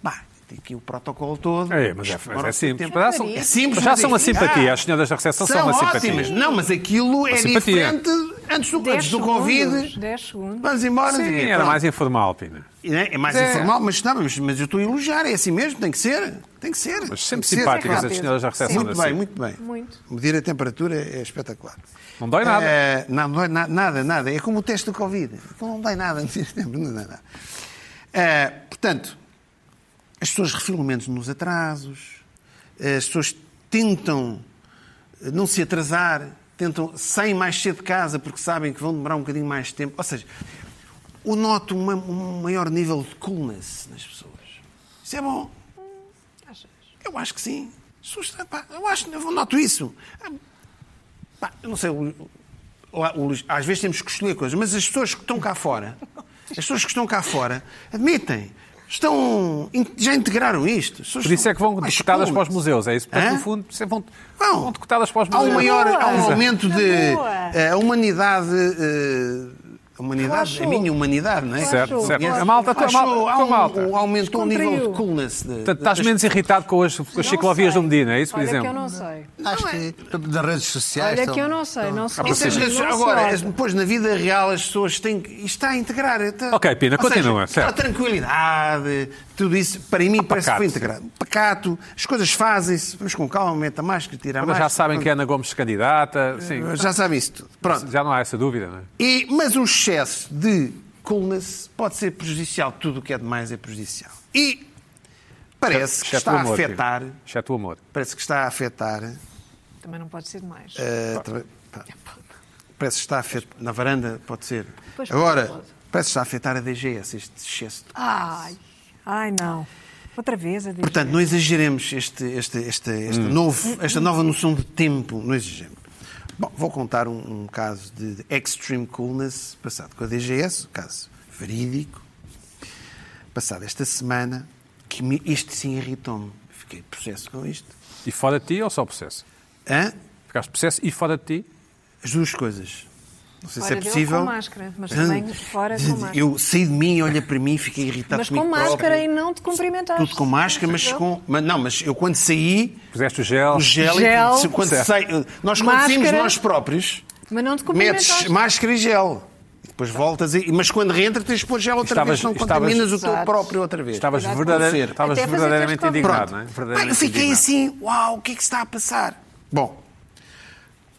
[SPEAKER 2] bah, tem aqui o protocolo todo.
[SPEAKER 1] É, mas é, mas
[SPEAKER 2] Demora
[SPEAKER 1] é
[SPEAKER 2] um
[SPEAKER 1] simples.
[SPEAKER 2] tempo.
[SPEAKER 1] Mas já são-
[SPEAKER 2] É simples,
[SPEAKER 1] mas já
[SPEAKER 2] mas
[SPEAKER 1] são uma
[SPEAKER 2] é-
[SPEAKER 1] simpatia.
[SPEAKER 2] Ah,
[SPEAKER 1] As senhoras da recepção são,
[SPEAKER 2] São
[SPEAKER 1] uma
[SPEAKER 2] ótimas,
[SPEAKER 1] simpatia.
[SPEAKER 2] não, mas aquilo é
[SPEAKER 1] simpatia.
[SPEAKER 2] diferente antes do,
[SPEAKER 4] Dez
[SPEAKER 2] antes do
[SPEAKER 4] segundos,
[SPEAKER 2] Covid.
[SPEAKER 4] dez segundos.
[SPEAKER 2] Vamos embora. não sei o
[SPEAKER 1] Sim,
[SPEAKER 2] quê,
[SPEAKER 1] era
[SPEAKER 2] pronto.
[SPEAKER 1] mais informal, Pina.
[SPEAKER 2] E, né, É mais
[SPEAKER 1] Mas é-
[SPEAKER 2] informal, mas, não, mas, mas eu estou a elogiar, é assim mesmo, tem que ser. Tem que ser.
[SPEAKER 1] Mas sempre
[SPEAKER 2] tem que ser.
[SPEAKER 1] simpáticas
[SPEAKER 4] rápido.
[SPEAKER 1] as senhoras da recepção.
[SPEAKER 2] Muito
[SPEAKER 1] da
[SPEAKER 2] bem,
[SPEAKER 1] SIC.
[SPEAKER 2] muito bem.
[SPEAKER 4] Muito.
[SPEAKER 2] Medir a temperatura é espetacular.
[SPEAKER 1] Não dói nada.
[SPEAKER 2] Eh, não, não é na- nada, nada. É como o teste do Covid. Aquilo Não dói nada. Não dói nada. Eh, portanto, as pessoas refilam menos nos atrasos, eh, as pessoas tentam eh, não se atrasar, tentam sair mais cedo de casa porque sabem que vão demorar um bocadinho mais de tempo. Ou seja, eu noto uma- um maior nível de coolness nas pessoas. Isso é bom. Eu acho que sim. Susta, pá, eu acho, eu noto isso. Ah, pá, eu não sei, o- o- o Luís, às vezes temos que escolher coisas, mas as pessoas que estão cá fora, as pessoas que estão cá fora, admitem, estão, in- já integraram isto. As pessoas
[SPEAKER 1] Por isso
[SPEAKER 2] estão
[SPEAKER 1] é que vão
[SPEAKER 2] mais
[SPEAKER 1] decotadas para os
[SPEAKER 2] cultas.
[SPEAKER 1] museus, é isso? Portanto,
[SPEAKER 2] Hã?
[SPEAKER 1] no fundo, se vão,
[SPEAKER 2] Vão.
[SPEAKER 1] vão decotadas para os
[SPEAKER 2] Há
[SPEAKER 1] museus.
[SPEAKER 2] um maior, há um
[SPEAKER 4] Boa.
[SPEAKER 2] aumento de
[SPEAKER 4] Na boa.
[SPEAKER 2] eh, a humanidade, eh, a humanidade, a
[SPEAKER 4] Relaxou.
[SPEAKER 2] minha humanidade, não é?
[SPEAKER 1] Certo,
[SPEAKER 4] Relaxou.
[SPEAKER 1] certo.
[SPEAKER 4] Relaxou.
[SPEAKER 1] A malta, a
[SPEAKER 2] Relaxou,
[SPEAKER 1] malta,
[SPEAKER 2] há
[SPEAKER 1] a
[SPEAKER 2] um-
[SPEAKER 1] malta. Tá-
[SPEAKER 2] aumentou o nível
[SPEAKER 4] Descontraiu.
[SPEAKER 2] de coolness. de-
[SPEAKER 1] Portanto, estás
[SPEAKER 2] das-
[SPEAKER 1] menos irritado com as, com as ciclovias do
[SPEAKER 4] sei.
[SPEAKER 1] Medina, é isso, por
[SPEAKER 4] Olha
[SPEAKER 1] exemplo?
[SPEAKER 4] que eu não sei.
[SPEAKER 3] Acho que nas
[SPEAKER 2] É,
[SPEAKER 3] redes sociais.
[SPEAKER 4] Olha que eu
[SPEAKER 3] estão-
[SPEAKER 4] não sei. Não sei.
[SPEAKER 2] Isso é as redes-
[SPEAKER 4] Não
[SPEAKER 2] agora, as-
[SPEAKER 4] sei.
[SPEAKER 2] depois na vida real as pessoas têm que. Isto está a integrar. Está,
[SPEAKER 1] Ok, Pina,
[SPEAKER 2] Ou seja,
[SPEAKER 1] continua,
[SPEAKER 2] aquela
[SPEAKER 1] certo.
[SPEAKER 2] tranquilidade, tudo isso, para mim, parece que foi
[SPEAKER 1] pacato,
[SPEAKER 2] integrado. Pacato, as coisas fazem-se, vamos com calma, aumenta a máscara, tira a
[SPEAKER 1] Agora
[SPEAKER 2] máscara.
[SPEAKER 1] já sabem que é Ana Gomes candidata, sim.
[SPEAKER 2] Já sabem isso tudo. Pronto.
[SPEAKER 1] Já não há essa dúvida, não é?
[SPEAKER 2] E, mas o excesso de coolness pode ser prejudicial. Tudo o que é demais é prejudicial. E parece que
[SPEAKER 1] Exceto
[SPEAKER 2] está
[SPEAKER 1] o
[SPEAKER 2] a
[SPEAKER 1] amor, Pina.
[SPEAKER 2] afetar.
[SPEAKER 1] Exceto o amor.
[SPEAKER 2] Parece que está a afetar.
[SPEAKER 4] Também não pode ser demais.
[SPEAKER 2] eh, também- pá, parece que está a afetar. Na varanda, pode ser.
[SPEAKER 4] Pois pode,
[SPEAKER 2] Agora,
[SPEAKER 4] pode.
[SPEAKER 2] parece que está a afetar a DGS, este excesso de
[SPEAKER 4] Ai, ai não. Outra vez a dizer.
[SPEAKER 2] Portanto, não exageremos este, este, este, este novo, esta nova noção de tempo, não exageremos. Bom, vou contar um, um caso de extreme coolness passado com a DGS, um caso verídico, passado esta semana, que me, isto sim irritou-me. Fiquei processo com isto.
[SPEAKER 1] E fora de ti ou só processo?
[SPEAKER 2] Hã?
[SPEAKER 1] Ficaste processo e fora de ti?
[SPEAKER 2] As duas coisas. Não sei
[SPEAKER 4] Fora
[SPEAKER 2] se é
[SPEAKER 4] dele
[SPEAKER 2] possível.
[SPEAKER 4] com máscara, mas também fora com máscara.
[SPEAKER 2] Eu saí de mim, olha para mim, fiquei irritado
[SPEAKER 4] mas com
[SPEAKER 2] tá comigo
[SPEAKER 4] máscara
[SPEAKER 2] próprio.
[SPEAKER 4] e não te cumprimentaste.
[SPEAKER 2] Tudo com máscara, mas com. mas não, mas eu quando saí,
[SPEAKER 1] Puseste o gel?
[SPEAKER 2] o gel, e-
[SPEAKER 4] Gel.
[SPEAKER 2] se- quando
[SPEAKER 1] Certo.
[SPEAKER 2] sai- nós conduzimos
[SPEAKER 4] Máscara.
[SPEAKER 2] nós próprios,
[SPEAKER 4] Mas não te cumprimentaste.
[SPEAKER 2] metes máscara e gel. E Depois voltas e. Mas quando reentra, tens de pôr gel outra
[SPEAKER 1] Estavas-
[SPEAKER 2] vez, não
[SPEAKER 1] estavas-
[SPEAKER 2] contaminas o teu
[SPEAKER 4] Exato.
[SPEAKER 2] próprio outra vez.
[SPEAKER 1] Estavas,
[SPEAKER 4] Cuidado com
[SPEAKER 1] verdadeira-
[SPEAKER 2] o ser.
[SPEAKER 1] estavas
[SPEAKER 4] Até fazer teste
[SPEAKER 1] verdadeiramente
[SPEAKER 4] Covid.
[SPEAKER 1] indignado,
[SPEAKER 2] Pronto.
[SPEAKER 1] não é?
[SPEAKER 2] Pá, eu
[SPEAKER 1] Verdadeiramente
[SPEAKER 2] fiquei
[SPEAKER 1] indignado.
[SPEAKER 2] assim, uau, o que é que está a passar? Bom,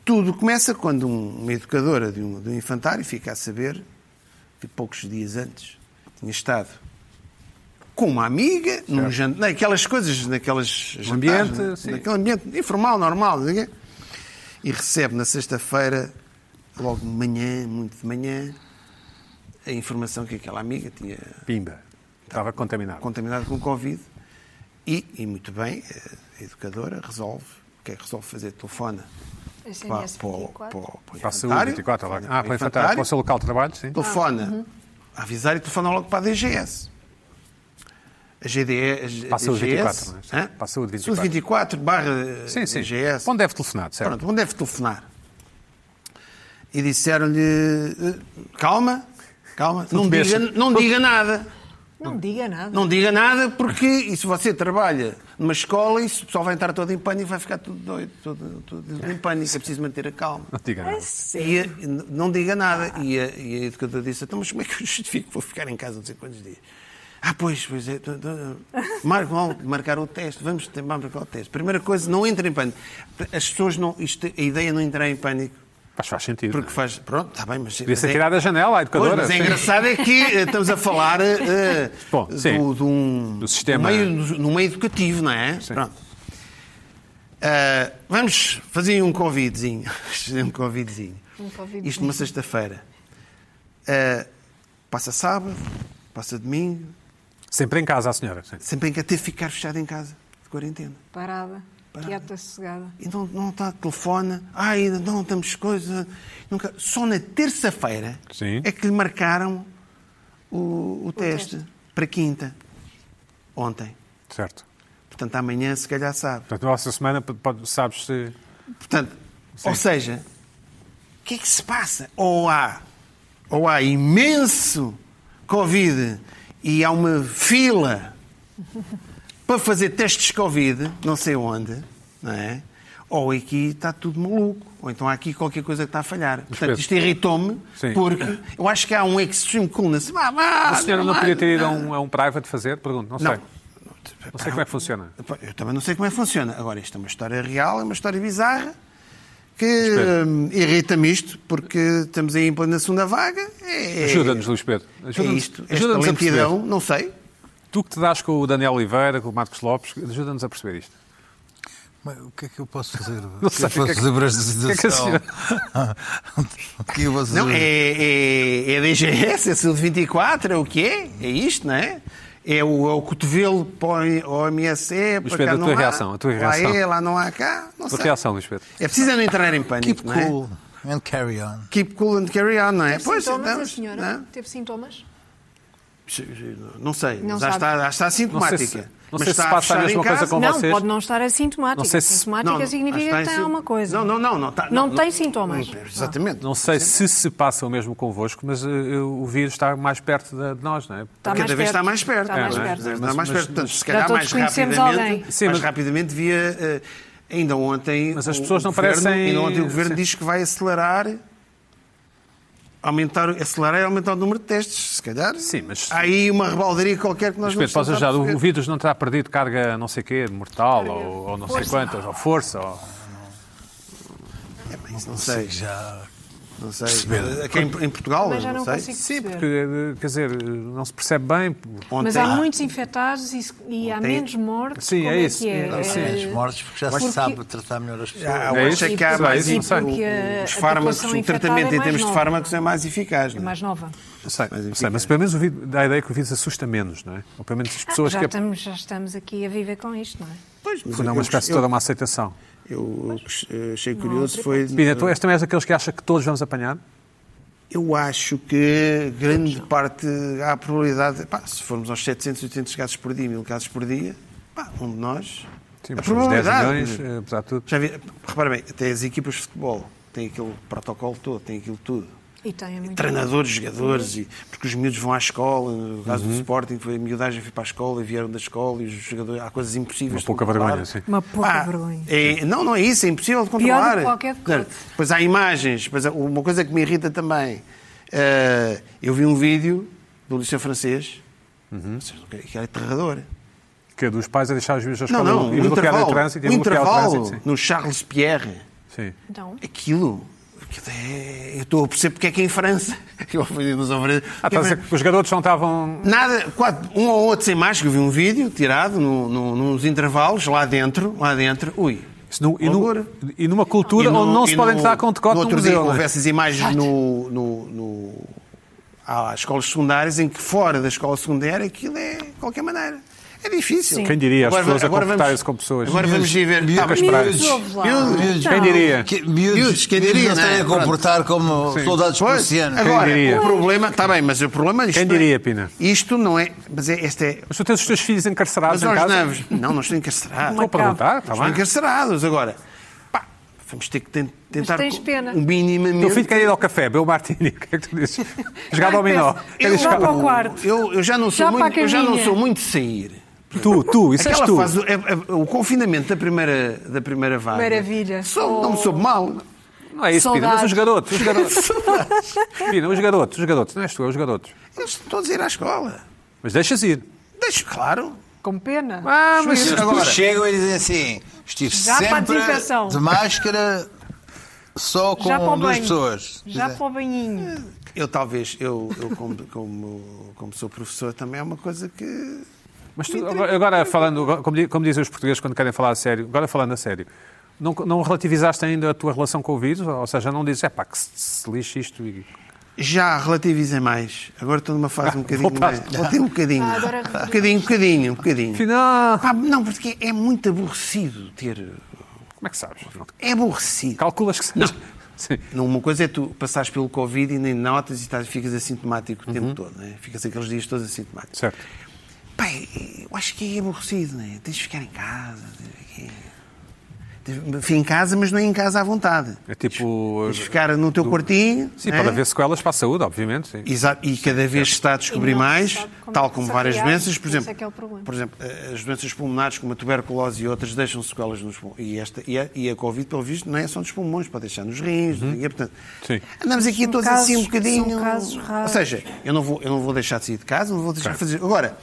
[SPEAKER 2] tudo começa quando um- uma educadora de um, de um infantário fica a saber que poucos dias antes tinha estado com uma amiga, num jan- naquelas coisas, naquelas jantares,
[SPEAKER 1] Um ambiente,
[SPEAKER 2] na-
[SPEAKER 1] sim.
[SPEAKER 2] naquele ambiente informal, normal, não sei o quê. e recebe na sexta-feira, logo de manhã, muito de manhã, a informação que aquela amiga tinha
[SPEAKER 1] Pimba. Estava contaminado.
[SPEAKER 2] contaminado com Covid e, e muito bem, a educadora resolve, o que é que resolve fazer? Telefona para,
[SPEAKER 4] SMS
[SPEAKER 2] para, o-
[SPEAKER 4] 24.
[SPEAKER 2] para o- para o
[SPEAKER 1] Para a saúde,
[SPEAKER 2] infantário,
[SPEAKER 1] 24, lá.
[SPEAKER 2] telefona
[SPEAKER 1] Ah, para o infantário, para o seu local de trabalho, sim.
[SPEAKER 2] telefona a avisar e telefona logo para a DGS. A GDE, a
[SPEAKER 1] Para a saúde
[SPEAKER 2] DGS,
[SPEAKER 1] 24, não é? Sim,
[SPEAKER 2] hã?
[SPEAKER 1] para a saúde
[SPEAKER 2] Saúde 24 barra eh,
[SPEAKER 1] Sim, sim.
[SPEAKER 2] DGS.
[SPEAKER 1] Onde é deve telefonar, certo?
[SPEAKER 2] Pronto, onde deve telefonar? E disseram-lhe, eh, calma, calma, não
[SPEAKER 1] mexe.
[SPEAKER 2] diga, não diga nada.
[SPEAKER 4] Não diga nada.
[SPEAKER 2] Não diga nada, porque e se você trabalha numa escola, isso o pessoal vai entrar todo em pânico e vai ficar tudo doido, todo, todo em pânico. É preciso manter a calma.
[SPEAKER 1] Não diga nada.
[SPEAKER 2] E a- n- não diga nada. E a, e a educadora disse: então, mas como é que eu justifico? Vou ficar em casa não sei quantos dias. Ah, pois, pois é. tu- tu- Marco, vamos marcar o teste. Vamos ter- vamos marcar o teste. Primeira coisa, não entre em pânico. As pessoas não. isto- a ideia é não entrar em pânico.
[SPEAKER 1] Mas faz sentido.
[SPEAKER 2] Porque
[SPEAKER 1] não é?
[SPEAKER 2] faz. Pronto, está bem, mas.
[SPEAKER 1] Podia
[SPEAKER 2] mas
[SPEAKER 1] ser
[SPEAKER 2] é-
[SPEAKER 1] tirado da janela, a
[SPEAKER 2] Pois,
[SPEAKER 1] educadora.
[SPEAKER 2] mas é
[SPEAKER 1] sim.
[SPEAKER 2] engraçado é que eh, estamos a falar eh,
[SPEAKER 1] Bom, sim.
[SPEAKER 2] do, de um,
[SPEAKER 1] Do sistema.
[SPEAKER 2] No, meio, no meio educativo, não é? Pronto. Ah, vamos fazer um convidezinho. Fazer um convidezinho.
[SPEAKER 4] Um convidezinho.
[SPEAKER 2] Isto numa sexta-feira. Uh, passa sábado, passa domingo,
[SPEAKER 1] Sempre em casa, a senhora. Sim.
[SPEAKER 2] sempre em que até ficar fechado em casa, de quarentena.
[SPEAKER 4] Parada,
[SPEAKER 2] Parada.
[SPEAKER 4] quieta, sossegada.
[SPEAKER 2] E não, não está telefone, ai, ainda não temos coisa. Nunca... Só na terça-feira
[SPEAKER 1] Sim.
[SPEAKER 2] é que lhe marcaram o, o teste para quinta, ontem.
[SPEAKER 1] Certo.
[SPEAKER 2] Portanto, amanhã se calhar sabe.
[SPEAKER 1] Portanto, na nossa semana, p- pode- sabes se.
[SPEAKER 2] Portanto, ou seja, o que é que se passa? Ou há, ou há imenso Covid e há uma fila para fazer testes Covid, não sei onde, não é? Ou aqui está tudo maluco, ou então há aqui qualquer coisa que está a falhar. Portanto,
[SPEAKER 1] Pedro-
[SPEAKER 2] isto irritou-me,
[SPEAKER 1] Sim.
[SPEAKER 2] porque eu acho que há um extreme coolness. Vá, vá,
[SPEAKER 1] A senhora não
[SPEAKER 2] vá.
[SPEAKER 1] podia ter ido a um, a um private fazer? Pergunto, não sei.
[SPEAKER 2] Não.
[SPEAKER 1] Não, sei como é que funciona.
[SPEAKER 2] Eu também não sei como é que funciona. Agora, isto é uma história real, é uma história bizarra, que
[SPEAKER 1] Espera.
[SPEAKER 2] hum, irrita-me isto, porque estamos aí em plena segunda vaga. É,
[SPEAKER 1] Ajuda-nos, Luís Pedro.
[SPEAKER 2] É
[SPEAKER 1] Ajuda-nos
[SPEAKER 2] isto. Esta
[SPEAKER 1] ajuda-nos a perceber.
[SPEAKER 2] lentidão, não sei.
[SPEAKER 1] Tu que te das com o Daniel Oliveira, com o Marcos Lopes, ajuda-nos a perceber isto.
[SPEAKER 3] Mas o que é que eu posso fazer?
[SPEAKER 1] Não
[SPEAKER 3] o que é que
[SPEAKER 1] sei,
[SPEAKER 3] eu
[SPEAKER 1] o que é
[SPEAKER 3] posso
[SPEAKER 1] que-
[SPEAKER 3] fazer para esta
[SPEAKER 1] que é que a
[SPEAKER 3] situação? O que é que eu posso
[SPEAKER 2] Não, é,
[SPEAKER 3] fazer?
[SPEAKER 2] é, é DGS, é saúde 24, é o que é? É isto, não é? É o, é o cotovelo para o OMS, é
[SPEAKER 1] Luís Pedro,
[SPEAKER 2] para cá
[SPEAKER 1] a
[SPEAKER 2] não
[SPEAKER 1] tua
[SPEAKER 2] há.
[SPEAKER 1] reação, a tua
[SPEAKER 2] lá
[SPEAKER 1] reação.
[SPEAKER 2] é, lá não há cá, não
[SPEAKER 1] Tua
[SPEAKER 2] sei.
[SPEAKER 1] reação, Luís Pedro.
[SPEAKER 2] É preciso não entrar em pânico,
[SPEAKER 3] Keep
[SPEAKER 2] não é?
[SPEAKER 3] cool and carry on.
[SPEAKER 2] Keep cool and carry on, não é?
[SPEAKER 4] Teve sintomas,
[SPEAKER 2] então,
[SPEAKER 4] a senhora?
[SPEAKER 2] não é?
[SPEAKER 4] Teve sintomas?
[SPEAKER 2] Não sei,
[SPEAKER 4] Não
[SPEAKER 2] mas já
[SPEAKER 4] sabe.
[SPEAKER 2] está, já está
[SPEAKER 1] Não sei
[SPEAKER 2] assintomática.
[SPEAKER 1] se- não
[SPEAKER 2] mas
[SPEAKER 1] sei se
[SPEAKER 2] está
[SPEAKER 1] passa a
[SPEAKER 2] fechar em
[SPEAKER 1] mesma coisa
[SPEAKER 2] casa.
[SPEAKER 1] com
[SPEAKER 4] não,
[SPEAKER 1] vocês?
[SPEAKER 4] pode não estar assintomática.
[SPEAKER 1] Não sei se-
[SPEAKER 4] Assintomática
[SPEAKER 2] Não, não,
[SPEAKER 4] significa
[SPEAKER 2] está
[SPEAKER 4] que
[SPEAKER 2] em
[SPEAKER 4] tem
[SPEAKER 2] sin-
[SPEAKER 4] alguma coisa.
[SPEAKER 2] Não, não, não. Não, está-
[SPEAKER 4] Não tem sintomas.
[SPEAKER 2] Exatamente.
[SPEAKER 1] Não sei se se passa o mesmo convosco, mas eh, eu- o vírus está mais perto da- de nós, não é?
[SPEAKER 4] Está
[SPEAKER 2] Cada
[SPEAKER 4] mais
[SPEAKER 2] vez
[SPEAKER 4] perto.
[SPEAKER 2] está mais perto.
[SPEAKER 4] Está mais
[SPEAKER 1] É, não é?
[SPEAKER 4] perto.
[SPEAKER 2] Está mais
[SPEAKER 1] Mas-
[SPEAKER 2] perto. Portanto, se
[SPEAKER 4] Já
[SPEAKER 2] calhar
[SPEAKER 4] todos
[SPEAKER 2] mais
[SPEAKER 4] conhecemos
[SPEAKER 2] rapidamente,
[SPEAKER 4] alguém.
[SPEAKER 1] Sim,
[SPEAKER 2] mais
[SPEAKER 1] mas-
[SPEAKER 2] rapidamente via... eh, ainda ontem...
[SPEAKER 1] Mas as
[SPEAKER 2] o-
[SPEAKER 1] pessoas
[SPEAKER 2] o
[SPEAKER 1] não
[SPEAKER 2] governo,
[SPEAKER 1] parecem-
[SPEAKER 2] Ainda ontem o Governo
[SPEAKER 1] Sim.
[SPEAKER 2] diz que vai acelerar... Aumentar, acelerar e aumentar o número de testes, se calhar.
[SPEAKER 1] Sim, mas-
[SPEAKER 2] Há aí uma rebaldaria qualquer que nós
[SPEAKER 1] Respeito,
[SPEAKER 2] não
[SPEAKER 1] posso
[SPEAKER 2] estamos
[SPEAKER 1] já,
[SPEAKER 2] a
[SPEAKER 1] o o
[SPEAKER 2] perceber.
[SPEAKER 1] vírus não terá perdido carga não sei quê, mortal, ou, ou não sei quantas, ou força, ou...
[SPEAKER 2] É, Não sei,
[SPEAKER 3] Já.
[SPEAKER 2] não sei. Aqui em, em Portugal,
[SPEAKER 4] Mas já
[SPEAKER 2] não
[SPEAKER 4] não
[SPEAKER 2] sei.
[SPEAKER 4] consigo
[SPEAKER 1] Sim,
[SPEAKER 4] perceber.
[SPEAKER 1] porque, eh, quer dizer, eh, não se percebe bem.
[SPEAKER 2] Ontem-
[SPEAKER 4] Mas há muitos infectados e, e há
[SPEAKER 2] Ontem-
[SPEAKER 4] menos mortes.
[SPEAKER 1] Sim,
[SPEAKER 4] Como
[SPEAKER 1] é
[SPEAKER 4] é,
[SPEAKER 1] isso.
[SPEAKER 4] que é?
[SPEAKER 1] Não, sim.
[SPEAKER 4] É-
[SPEAKER 3] As mortes, porque já
[SPEAKER 4] Porque-
[SPEAKER 3] se sabe tratar melhor as pessoas.
[SPEAKER 2] Ah,
[SPEAKER 1] É
[SPEAKER 2] eu
[SPEAKER 1] isso?
[SPEAKER 2] achei que há
[SPEAKER 1] Sim,
[SPEAKER 2] mais
[SPEAKER 1] sim,
[SPEAKER 2] inf-
[SPEAKER 1] porque
[SPEAKER 4] a-
[SPEAKER 2] os
[SPEAKER 4] a
[SPEAKER 2] fármacos,
[SPEAKER 4] população
[SPEAKER 2] o tratamento
[SPEAKER 4] infectada é
[SPEAKER 2] em
[SPEAKER 4] mais
[SPEAKER 2] termos de
[SPEAKER 4] nova.
[SPEAKER 2] fármacos é mais eficaz.
[SPEAKER 4] é
[SPEAKER 2] não é?
[SPEAKER 4] mais nova.
[SPEAKER 1] Não sei, não
[SPEAKER 2] Mas enfim, é.
[SPEAKER 1] sei, mas pelo menos o vírus, dá a ideia que o vírus assusta menos, não é? Ou pelo menos as pessoas
[SPEAKER 4] já,
[SPEAKER 1] que...
[SPEAKER 4] estamos, já estamos aqui a viver com isto, não é?
[SPEAKER 2] Pois, mas
[SPEAKER 1] Foi
[SPEAKER 2] eu-
[SPEAKER 1] uma espécie de
[SPEAKER 2] eu-
[SPEAKER 1] toda uma aceitação.
[SPEAKER 2] Eu eu achei curioso foi.
[SPEAKER 1] Pina, tu é- és também és daqueles que acha que todos vamos apanhar?
[SPEAKER 2] Eu acho que grande parte há a probabilidade. pá, se formos aos 700, 800 casos por dia, 1000 casos por dia, pá, um de nós.
[SPEAKER 1] Sim,
[SPEAKER 2] a
[SPEAKER 1] mas somos 10
[SPEAKER 2] probabilidade.
[SPEAKER 1] milhões, eh, apesar de tudo.
[SPEAKER 2] Já vi, repara bem, até as equipas de futebol têm aquele protocolo todo, têm aquilo tudo.
[SPEAKER 4] E tem muito.
[SPEAKER 2] Treinadores, jogadores, e, porque os miúdos vão à escola. No caso
[SPEAKER 1] Uhum.
[SPEAKER 2] do Sporting, foi a miudagem foi para a escola e vieram da escola. E os jogadores, há coisas impossíveis.
[SPEAKER 1] Uma
[SPEAKER 2] de
[SPEAKER 1] pouca
[SPEAKER 2] controlar.
[SPEAKER 1] vergonha, sim.
[SPEAKER 4] Uma pouca
[SPEAKER 2] Pá,
[SPEAKER 4] vergonha.
[SPEAKER 2] é- não, não é isso, é impossível de
[SPEAKER 4] que
[SPEAKER 2] controlar.
[SPEAKER 4] qualquer coisa.
[SPEAKER 2] Pois há imagens, pois há- uma coisa que me irrita também. eh, eu vi um vídeo do Liceu Francês,
[SPEAKER 1] Uhum.
[SPEAKER 2] Vocês não querem- que era aterrador.
[SPEAKER 1] Que é dos pais a deixar os miúdos da
[SPEAKER 2] Não,
[SPEAKER 1] escola
[SPEAKER 2] não,
[SPEAKER 1] e
[SPEAKER 2] o
[SPEAKER 1] bloquear
[SPEAKER 2] intervalo,
[SPEAKER 1] o trânsito.
[SPEAKER 2] o
[SPEAKER 1] e bloquear
[SPEAKER 2] intervalo
[SPEAKER 1] trânsito, sim.
[SPEAKER 2] no Charles Pierre,
[SPEAKER 1] Sim.
[SPEAKER 4] Então,
[SPEAKER 2] aquilo, aquilo é- eu estou a perceber porque é que em França, eu ouvi nos ombros,
[SPEAKER 1] Ah, estás a dizer que os garotos não estavam...
[SPEAKER 2] Nada, quatro, um ou outro sem máscara, eu vi um vídeo tirado no- no- nos intervalos, lá dentro, lá dentro, ui.
[SPEAKER 1] Isso nu- e, nu-
[SPEAKER 2] Horror.
[SPEAKER 1] e numa cultura
[SPEAKER 2] E no-
[SPEAKER 1] onde não
[SPEAKER 2] e
[SPEAKER 1] se podem
[SPEAKER 2] no-
[SPEAKER 1] estar com decote
[SPEAKER 2] No
[SPEAKER 1] no
[SPEAKER 2] outro dia
[SPEAKER 1] museu. não é?
[SPEAKER 2] houve essas imagens no, no, no, há escolas secundárias em que fora da escola secundária aquilo é de qualquer maneira. É difícil.
[SPEAKER 1] Quem diria, as pessoas a
[SPEAKER 2] vamos-
[SPEAKER 1] comportarem-se como pessoas.
[SPEAKER 2] Agora vamos viver.
[SPEAKER 3] Miúdos,
[SPEAKER 2] Tá, mas-
[SPEAKER 1] miúdos,
[SPEAKER 4] ouve lá.
[SPEAKER 2] miúdos,
[SPEAKER 4] Então,
[SPEAKER 1] Quem diria?
[SPEAKER 3] Que, miúdos,
[SPEAKER 2] Miúdos, quem
[SPEAKER 3] miúdos
[SPEAKER 2] diria,
[SPEAKER 3] não se
[SPEAKER 2] né?
[SPEAKER 3] têm a comportar como
[SPEAKER 1] Sim.
[SPEAKER 3] soldados
[SPEAKER 2] Pois,
[SPEAKER 3] policianos.
[SPEAKER 2] agora,
[SPEAKER 1] diria?
[SPEAKER 2] o problema, está bem, mas o problema isto
[SPEAKER 1] Quem
[SPEAKER 2] não é-
[SPEAKER 1] diria, Pina?
[SPEAKER 2] Isto não é, mas é, este é,
[SPEAKER 1] Mas tu tens os teus filhos encarcerados
[SPEAKER 2] mas
[SPEAKER 1] em
[SPEAKER 2] nós
[SPEAKER 1] casa?
[SPEAKER 2] não, não, nós estamos encarcerados.
[SPEAKER 1] Estou a perguntar, está
[SPEAKER 2] Estão
[SPEAKER 1] Ah, tá bem?
[SPEAKER 2] encarcerados agora. Pá, vamos ter que ten- tentar
[SPEAKER 4] tens
[SPEAKER 2] co-
[SPEAKER 4] pena.
[SPEAKER 2] um minimamente.
[SPEAKER 1] Teu filho quer ir ao café, beu martini, o que é que tu dizes? Jogar dominó.
[SPEAKER 4] peço-
[SPEAKER 1] Quer
[SPEAKER 4] Eu-
[SPEAKER 1] dizer,
[SPEAKER 4] Vá para o quarto.
[SPEAKER 2] Eu, eu já não sou
[SPEAKER 4] Já para a
[SPEAKER 2] muito, eu já não
[SPEAKER 4] caminha.
[SPEAKER 2] sou muito de sair.
[SPEAKER 1] Tu, tu, isso és
[SPEAKER 2] Aquela
[SPEAKER 1] tu.
[SPEAKER 2] fase, do- é- é- o confinamento da primeira, da primeira vaga.
[SPEAKER 4] Maravilha.
[SPEAKER 2] Sou- Não me
[SPEAKER 4] Oh.
[SPEAKER 2] soube mal.
[SPEAKER 1] Não é isso, Pina, mas os
[SPEAKER 4] Saudades.
[SPEAKER 1] garotos, os garotos. Pina, os garotos, os garotos, não és tu, é os garotos.
[SPEAKER 2] Eles estão a dizer à escola.
[SPEAKER 1] Mas deixas ir.
[SPEAKER 2] Deixa claro.
[SPEAKER 4] com pena.
[SPEAKER 1] Ah, mas
[SPEAKER 2] Juízes,
[SPEAKER 3] Agora,
[SPEAKER 2] agora.
[SPEAKER 3] chegam e dizem assim: estive
[SPEAKER 4] Já para a
[SPEAKER 3] sempre
[SPEAKER 4] desinfecção.
[SPEAKER 3] de máscara, só com
[SPEAKER 4] Já para o
[SPEAKER 3] duas
[SPEAKER 4] banho.
[SPEAKER 3] pessoas.
[SPEAKER 4] Já
[SPEAKER 3] Dizem,
[SPEAKER 4] para o banhinho.
[SPEAKER 2] Eu talvez, eu, eu como, como, como sou professor também é uma coisa que...
[SPEAKER 1] Mas tu, agora, agora falando, como, di- como dizem os portugueses quando querem falar a sério, agora falando a sério, não, não relativizaste ainda a tua relação com o vírus? Ou seja, não dizes, é pá, que se, se lixe isto e
[SPEAKER 2] já relativizei mais. Agora estou numa
[SPEAKER 1] Ah,
[SPEAKER 2] fase um bocadinho. mais. Voltei um bocadinho.
[SPEAKER 4] Ah, agora-
[SPEAKER 2] Um bocadinho, um bocadinho, um bocadinho.
[SPEAKER 1] Afinal,
[SPEAKER 2] Pá, não, porque é muito aborrecido ter.
[SPEAKER 1] como é que sabes? Não.
[SPEAKER 2] É aborrecido.
[SPEAKER 1] Calculas que seja. Sim.
[SPEAKER 2] Não, Uma coisa é tu passares pelo Covid e nem notas e estás, ficas assintomático o tempo todo, né? ficas aqueles dias todos assintomático.
[SPEAKER 1] Certo.
[SPEAKER 2] Pai, eu acho que é aborrecido, né? tens de ficar em casa. tens de- tens de- Fica em casa, mas não é em casa à vontade.
[SPEAKER 1] É tipo.
[SPEAKER 2] Tens de ficar no teu quartinho.
[SPEAKER 1] Sim,
[SPEAKER 2] né?
[SPEAKER 1] pode haver sequelas para a saúde, obviamente. Sim.
[SPEAKER 2] Exato, e cada vez se está a descobrir
[SPEAKER 4] E não se
[SPEAKER 2] mais,
[SPEAKER 4] sabe como
[SPEAKER 2] tal como
[SPEAKER 4] se
[SPEAKER 2] várias
[SPEAKER 4] reage,
[SPEAKER 2] doenças, por
[SPEAKER 4] esse
[SPEAKER 2] exemplo,
[SPEAKER 4] é que é o problema.
[SPEAKER 2] por exemplo, eh, as doenças pulmonares como a tuberculose e outras deixam sequelas nos pulmões. E, esta, e, a, e a Covid, pelo visto, não é só nos pulmões, pode deixar nos rins. não sei o quê, portanto,
[SPEAKER 1] Uhum. Sim.
[SPEAKER 2] Andamos aqui
[SPEAKER 4] São
[SPEAKER 2] todos
[SPEAKER 4] casos-
[SPEAKER 2] assim um
[SPEAKER 4] são
[SPEAKER 2] bocadinho.
[SPEAKER 4] casos
[SPEAKER 2] Ou
[SPEAKER 4] raros.
[SPEAKER 2] seja, eu não, vou, eu não vou deixar de sair de casa, não vou deixar de fazer. Agora,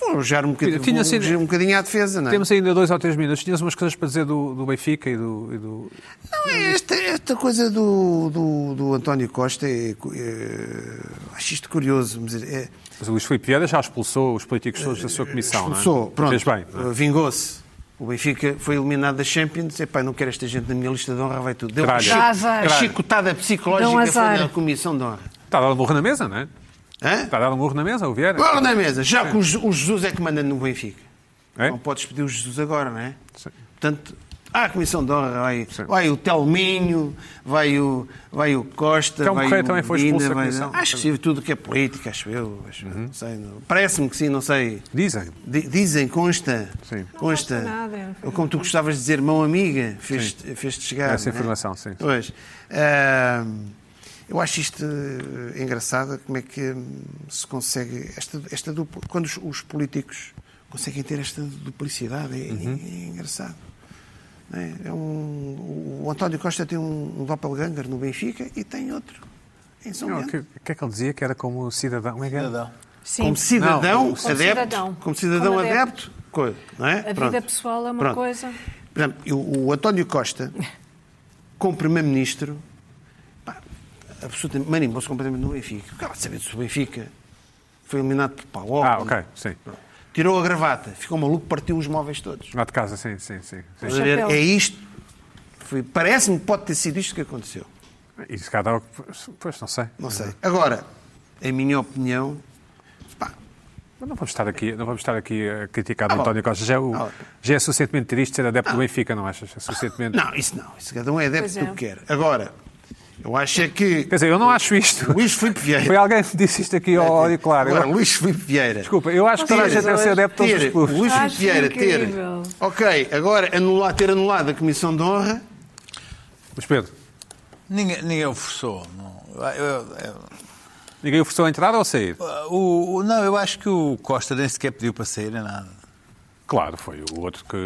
[SPEAKER 2] vou já um bocadinho,
[SPEAKER 1] Tinha
[SPEAKER 2] vou
[SPEAKER 1] sido-
[SPEAKER 2] elogiar um bocadinho à defesa, não é?
[SPEAKER 1] Temos ainda dois ou três minutos. Tinhas umas coisas para dizer do, do Benfica e do. e do-
[SPEAKER 2] Não, é esta, esta coisa do, do, do António Costa é, cu- é- acho isto curioso. Mas é,
[SPEAKER 1] Mas o Luís Filipe Vieira já expulsou os políticos todos da sua comissão, não
[SPEAKER 2] Expulsou,
[SPEAKER 1] é?
[SPEAKER 2] pronto. Ah. Uh,
[SPEAKER 1] Fez bem. não é?
[SPEAKER 2] Vingou-se. O Benfica foi eliminado da Champions. Epá, não quero esta gente na minha lista de honra, vai tudo. Deu
[SPEAKER 1] Caralho.
[SPEAKER 2] chico-
[SPEAKER 4] Dá azar.
[SPEAKER 2] chicotada
[SPEAKER 4] Dá um
[SPEAKER 2] psicológica
[SPEAKER 4] azar.
[SPEAKER 2] foi na comissão de honra.
[SPEAKER 1] Está a dar um murro na mesa, não é?
[SPEAKER 2] Hã?
[SPEAKER 1] Está a dar um murro na mesa, o Vieira.
[SPEAKER 2] Bola na mesa, já que o Je- o Jesus é que manda no Benfica.
[SPEAKER 1] É?
[SPEAKER 2] Não podes pedir o Jesus agora, não é?
[SPEAKER 1] Sim.
[SPEAKER 2] Portanto, há a comissão de honra, vai, vai o Telminho, vai o, vai o Costa,
[SPEAKER 1] Telmo
[SPEAKER 2] vai
[SPEAKER 1] Correia
[SPEAKER 2] o
[SPEAKER 1] também foi
[SPEAKER 2] Medina,
[SPEAKER 1] expulso da
[SPEAKER 2] vai-
[SPEAKER 1] comissão. Uhum.
[SPEAKER 2] Acho que sim, tudo que é política, acho eu. acho- não sei, não- Parece-me que sim, não sei.
[SPEAKER 1] Dizem.
[SPEAKER 2] Di- Dizem, consta.
[SPEAKER 1] Sim. Não
[SPEAKER 2] Consta.
[SPEAKER 4] consta nada.
[SPEAKER 2] Ou como tu gostavas de dizer, mão amiga, fez-te fez-te chegar.
[SPEAKER 1] Essa
[SPEAKER 2] não é?
[SPEAKER 1] informação, sim.
[SPEAKER 2] Pois. Ah, eu acho isto eh, engraçado, como é que hum, se consegue. Esta, esta dupla, quando os, os políticos conseguem ter esta duplicidade, é,
[SPEAKER 1] Uhum.
[SPEAKER 2] é engraçado. não é? É um- o António Costa tem um, um doppelganger no Benfica e tem outro em São
[SPEAKER 1] Não, O
[SPEAKER 2] Bento.
[SPEAKER 1] que, o que é que ele dizia? Que era como cidadão. Como é que era?
[SPEAKER 3] um.
[SPEAKER 4] Sim.
[SPEAKER 2] Como cidadão,
[SPEAKER 1] Não,
[SPEAKER 4] como
[SPEAKER 2] adepto,
[SPEAKER 4] cidadão.
[SPEAKER 2] como cidadão
[SPEAKER 4] Como adepto.
[SPEAKER 2] adepto, coisa, não é?
[SPEAKER 4] A vida
[SPEAKER 2] Pronto.
[SPEAKER 4] pessoal é uma
[SPEAKER 2] Pronto.
[SPEAKER 4] coisa.
[SPEAKER 2] Por exemplo, o, o António Costa, como Primeiro-Ministro, pá, absolutamente marimbou-se completamente no Benfica. Eu Quero saber se o Benfica foi eliminado por Paulo.
[SPEAKER 1] Ah, ok, sim.
[SPEAKER 2] Tirou a gravata, ficou maluco, partiu os móveis todos.
[SPEAKER 1] Lá de casa, sim, sim, sim. sim.
[SPEAKER 2] Estás a ver?
[SPEAKER 4] chapéu.
[SPEAKER 2] É isto. Foi- Parece-me que pode ter sido isto que aconteceu.
[SPEAKER 1] E se calhar dava- Pois, não sei.
[SPEAKER 2] Não sei. Agora, em minha opinião, pá,
[SPEAKER 1] Mas não vamos estar aqui, não vamos estar aqui a criticar
[SPEAKER 2] Ah,
[SPEAKER 1] o António Costa. Já é, o-
[SPEAKER 2] ah, ok. Ah.
[SPEAKER 1] já é suficientemente triste ser adepto do Benfica, não achas? É suficientemente...
[SPEAKER 2] não, isso não. Isso cada um é adepto
[SPEAKER 4] Pois
[SPEAKER 2] do
[SPEAKER 4] é.
[SPEAKER 2] que quer. Agora, eu acho é que
[SPEAKER 1] Quer dizer, eu não acho isto.
[SPEAKER 2] Luís Filipe Vieira.
[SPEAKER 1] Foi alguém que disse isto aqui ao auricular. Eu-
[SPEAKER 2] É, Agora, Luís Filipe Vieira.
[SPEAKER 1] Desculpa, eu acho que toda a
[SPEAKER 2] Tira,
[SPEAKER 1] gente deve ser adepto de todos os
[SPEAKER 2] Ter, o
[SPEAKER 1] clubes.
[SPEAKER 2] Luís Filipe
[SPEAKER 4] Acho
[SPEAKER 2] Vieira ter.
[SPEAKER 4] incrível.
[SPEAKER 2] Ok, agora anular, ter anulado a Comissão de Honra.
[SPEAKER 1] Mas Pedro,
[SPEAKER 3] Ninguém, ninguém o forçou. Não. Eu- eu- eu-
[SPEAKER 1] ninguém o forçou a entrar ou a sair?
[SPEAKER 3] o, o- não, eu acho que o Costa nem sequer pediu para sair, nem nada.
[SPEAKER 1] Claro, foi o outro que...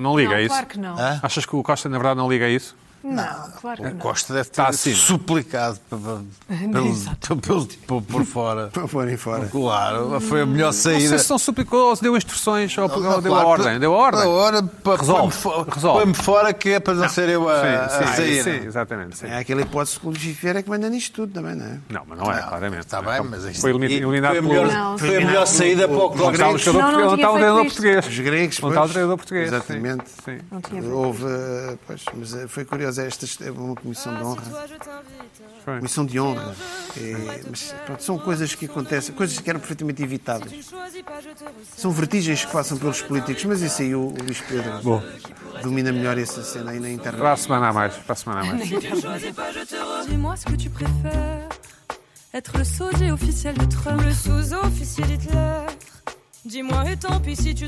[SPEAKER 1] Não liga
[SPEAKER 4] não,
[SPEAKER 1] a isso.
[SPEAKER 4] claro que não.
[SPEAKER 3] Hã?
[SPEAKER 1] Achas que o Costa, na verdade, não liga a isso?
[SPEAKER 4] Não, claro que
[SPEAKER 3] O
[SPEAKER 4] não.
[SPEAKER 3] Costa deve ter
[SPEAKER 1] Está acima.
[SPEAKER 3] suplicado pe- pe- pelo, pelo, por, por fora.
[SPEAKER 2] Para porem fora.
[SPEAKER 3] Claro, foi a melhor
[SPEAKER 1] Hum, Não sei
[SPEAKER 3] saída.
[SPEAKER 1] se não suplicou ou se deu instruções ou,
[SPEAKER 3] Ah,
[SPEAKER 1] ou deu a
[SPEAKER 3] claro,
[SPEAKER 1] ordem. Deu a ordem.
[SPEAKER 3] hora, pá,
[SPEAKER 1] Resolve,
[SPEAKER 3] põe-me fo-
[SPEAKER 1] resolve.
[SPEAKER 3] Põe-me fora que é para não, ser eu a,
[SPEAKER 1] Sim,
[SPEAKER 3] a
[SPEAKER 1] sim,
[SPEAKER 3] sair.
[SPEAKER 1] sim, exatamente. sim.
[SPEAKER 2] É aquela hipótese que o Luís Filipe Vieira é que manda nisto tudo também, não é?
[SPEAKER 1] Não, mas não é, claramente.
[SPEAKER 3] Está Tá bem, mas isto-
[SPEAKER 1] Foi elimi-
[SPEAKER 3] e-
[SPEAKER 1] eliminado
[SPEAKER 3] foi a
[SPEAKER 1] pelo...
[SPEAKER 3] melhor,
[SPEAKER 4] Não,
[SPEAKER 3] foi
[SPEAKER 4] sim.
[SPEAKER 3] a melhor saída para o
[SPEAKER 1] Não está o
[SPEAKER 3] Clóvis.
[SPEAKER 1] treinador
[SPEAKER 4] Não, não
[SPEAKER 1] português. Não está o
[SPEAKER 4] tinha feito
[SPEAKER 1] treinador
[SPEAKER 4] isto.
[SPEAKER 1] português.
[SPEAKER 2] Os gregos,
[SPEAKER 1] Não está o
[SPEAKER 2] pois.
[SPEAKER 1] treinador português. sim.
[SPEAKER 2] Exatamente.
[SPEAKER 1] Sim.
[SPEAKER 4] Não tinha feito
[SPEAKER 2] Houve, eh, pois, mas eh, foi curioso, esta est- é uma
[SPEAKER 6] Ah,
[SPEAKER 2] comissão de
[SPEAKER 1] Ah,
[SPEAKER 2] honra.
[SPEAKER 6] hein.
[SPEAKER 2] Comissão de honra. Eh, mas, pronto, são coisas que acontecem, coisas que eram perfeitamente evitáveis. São vertigens que passam pelos políticos, mas isso aí o, o Luís Pedro
[SPEAKER 1] Bom.
[SPEAKER 2] domina melhor essa cena aí na internet.
[SPEAKER 1] Para a semana a mais. Para a semana a mais.
[SPEAKER 5] Dis-moi ce que tu préfères. Être le sosie officiel de Trump. Le sous-officier d'Hitler.
[SPEAKER 6] Dis-moi et tant pis si tu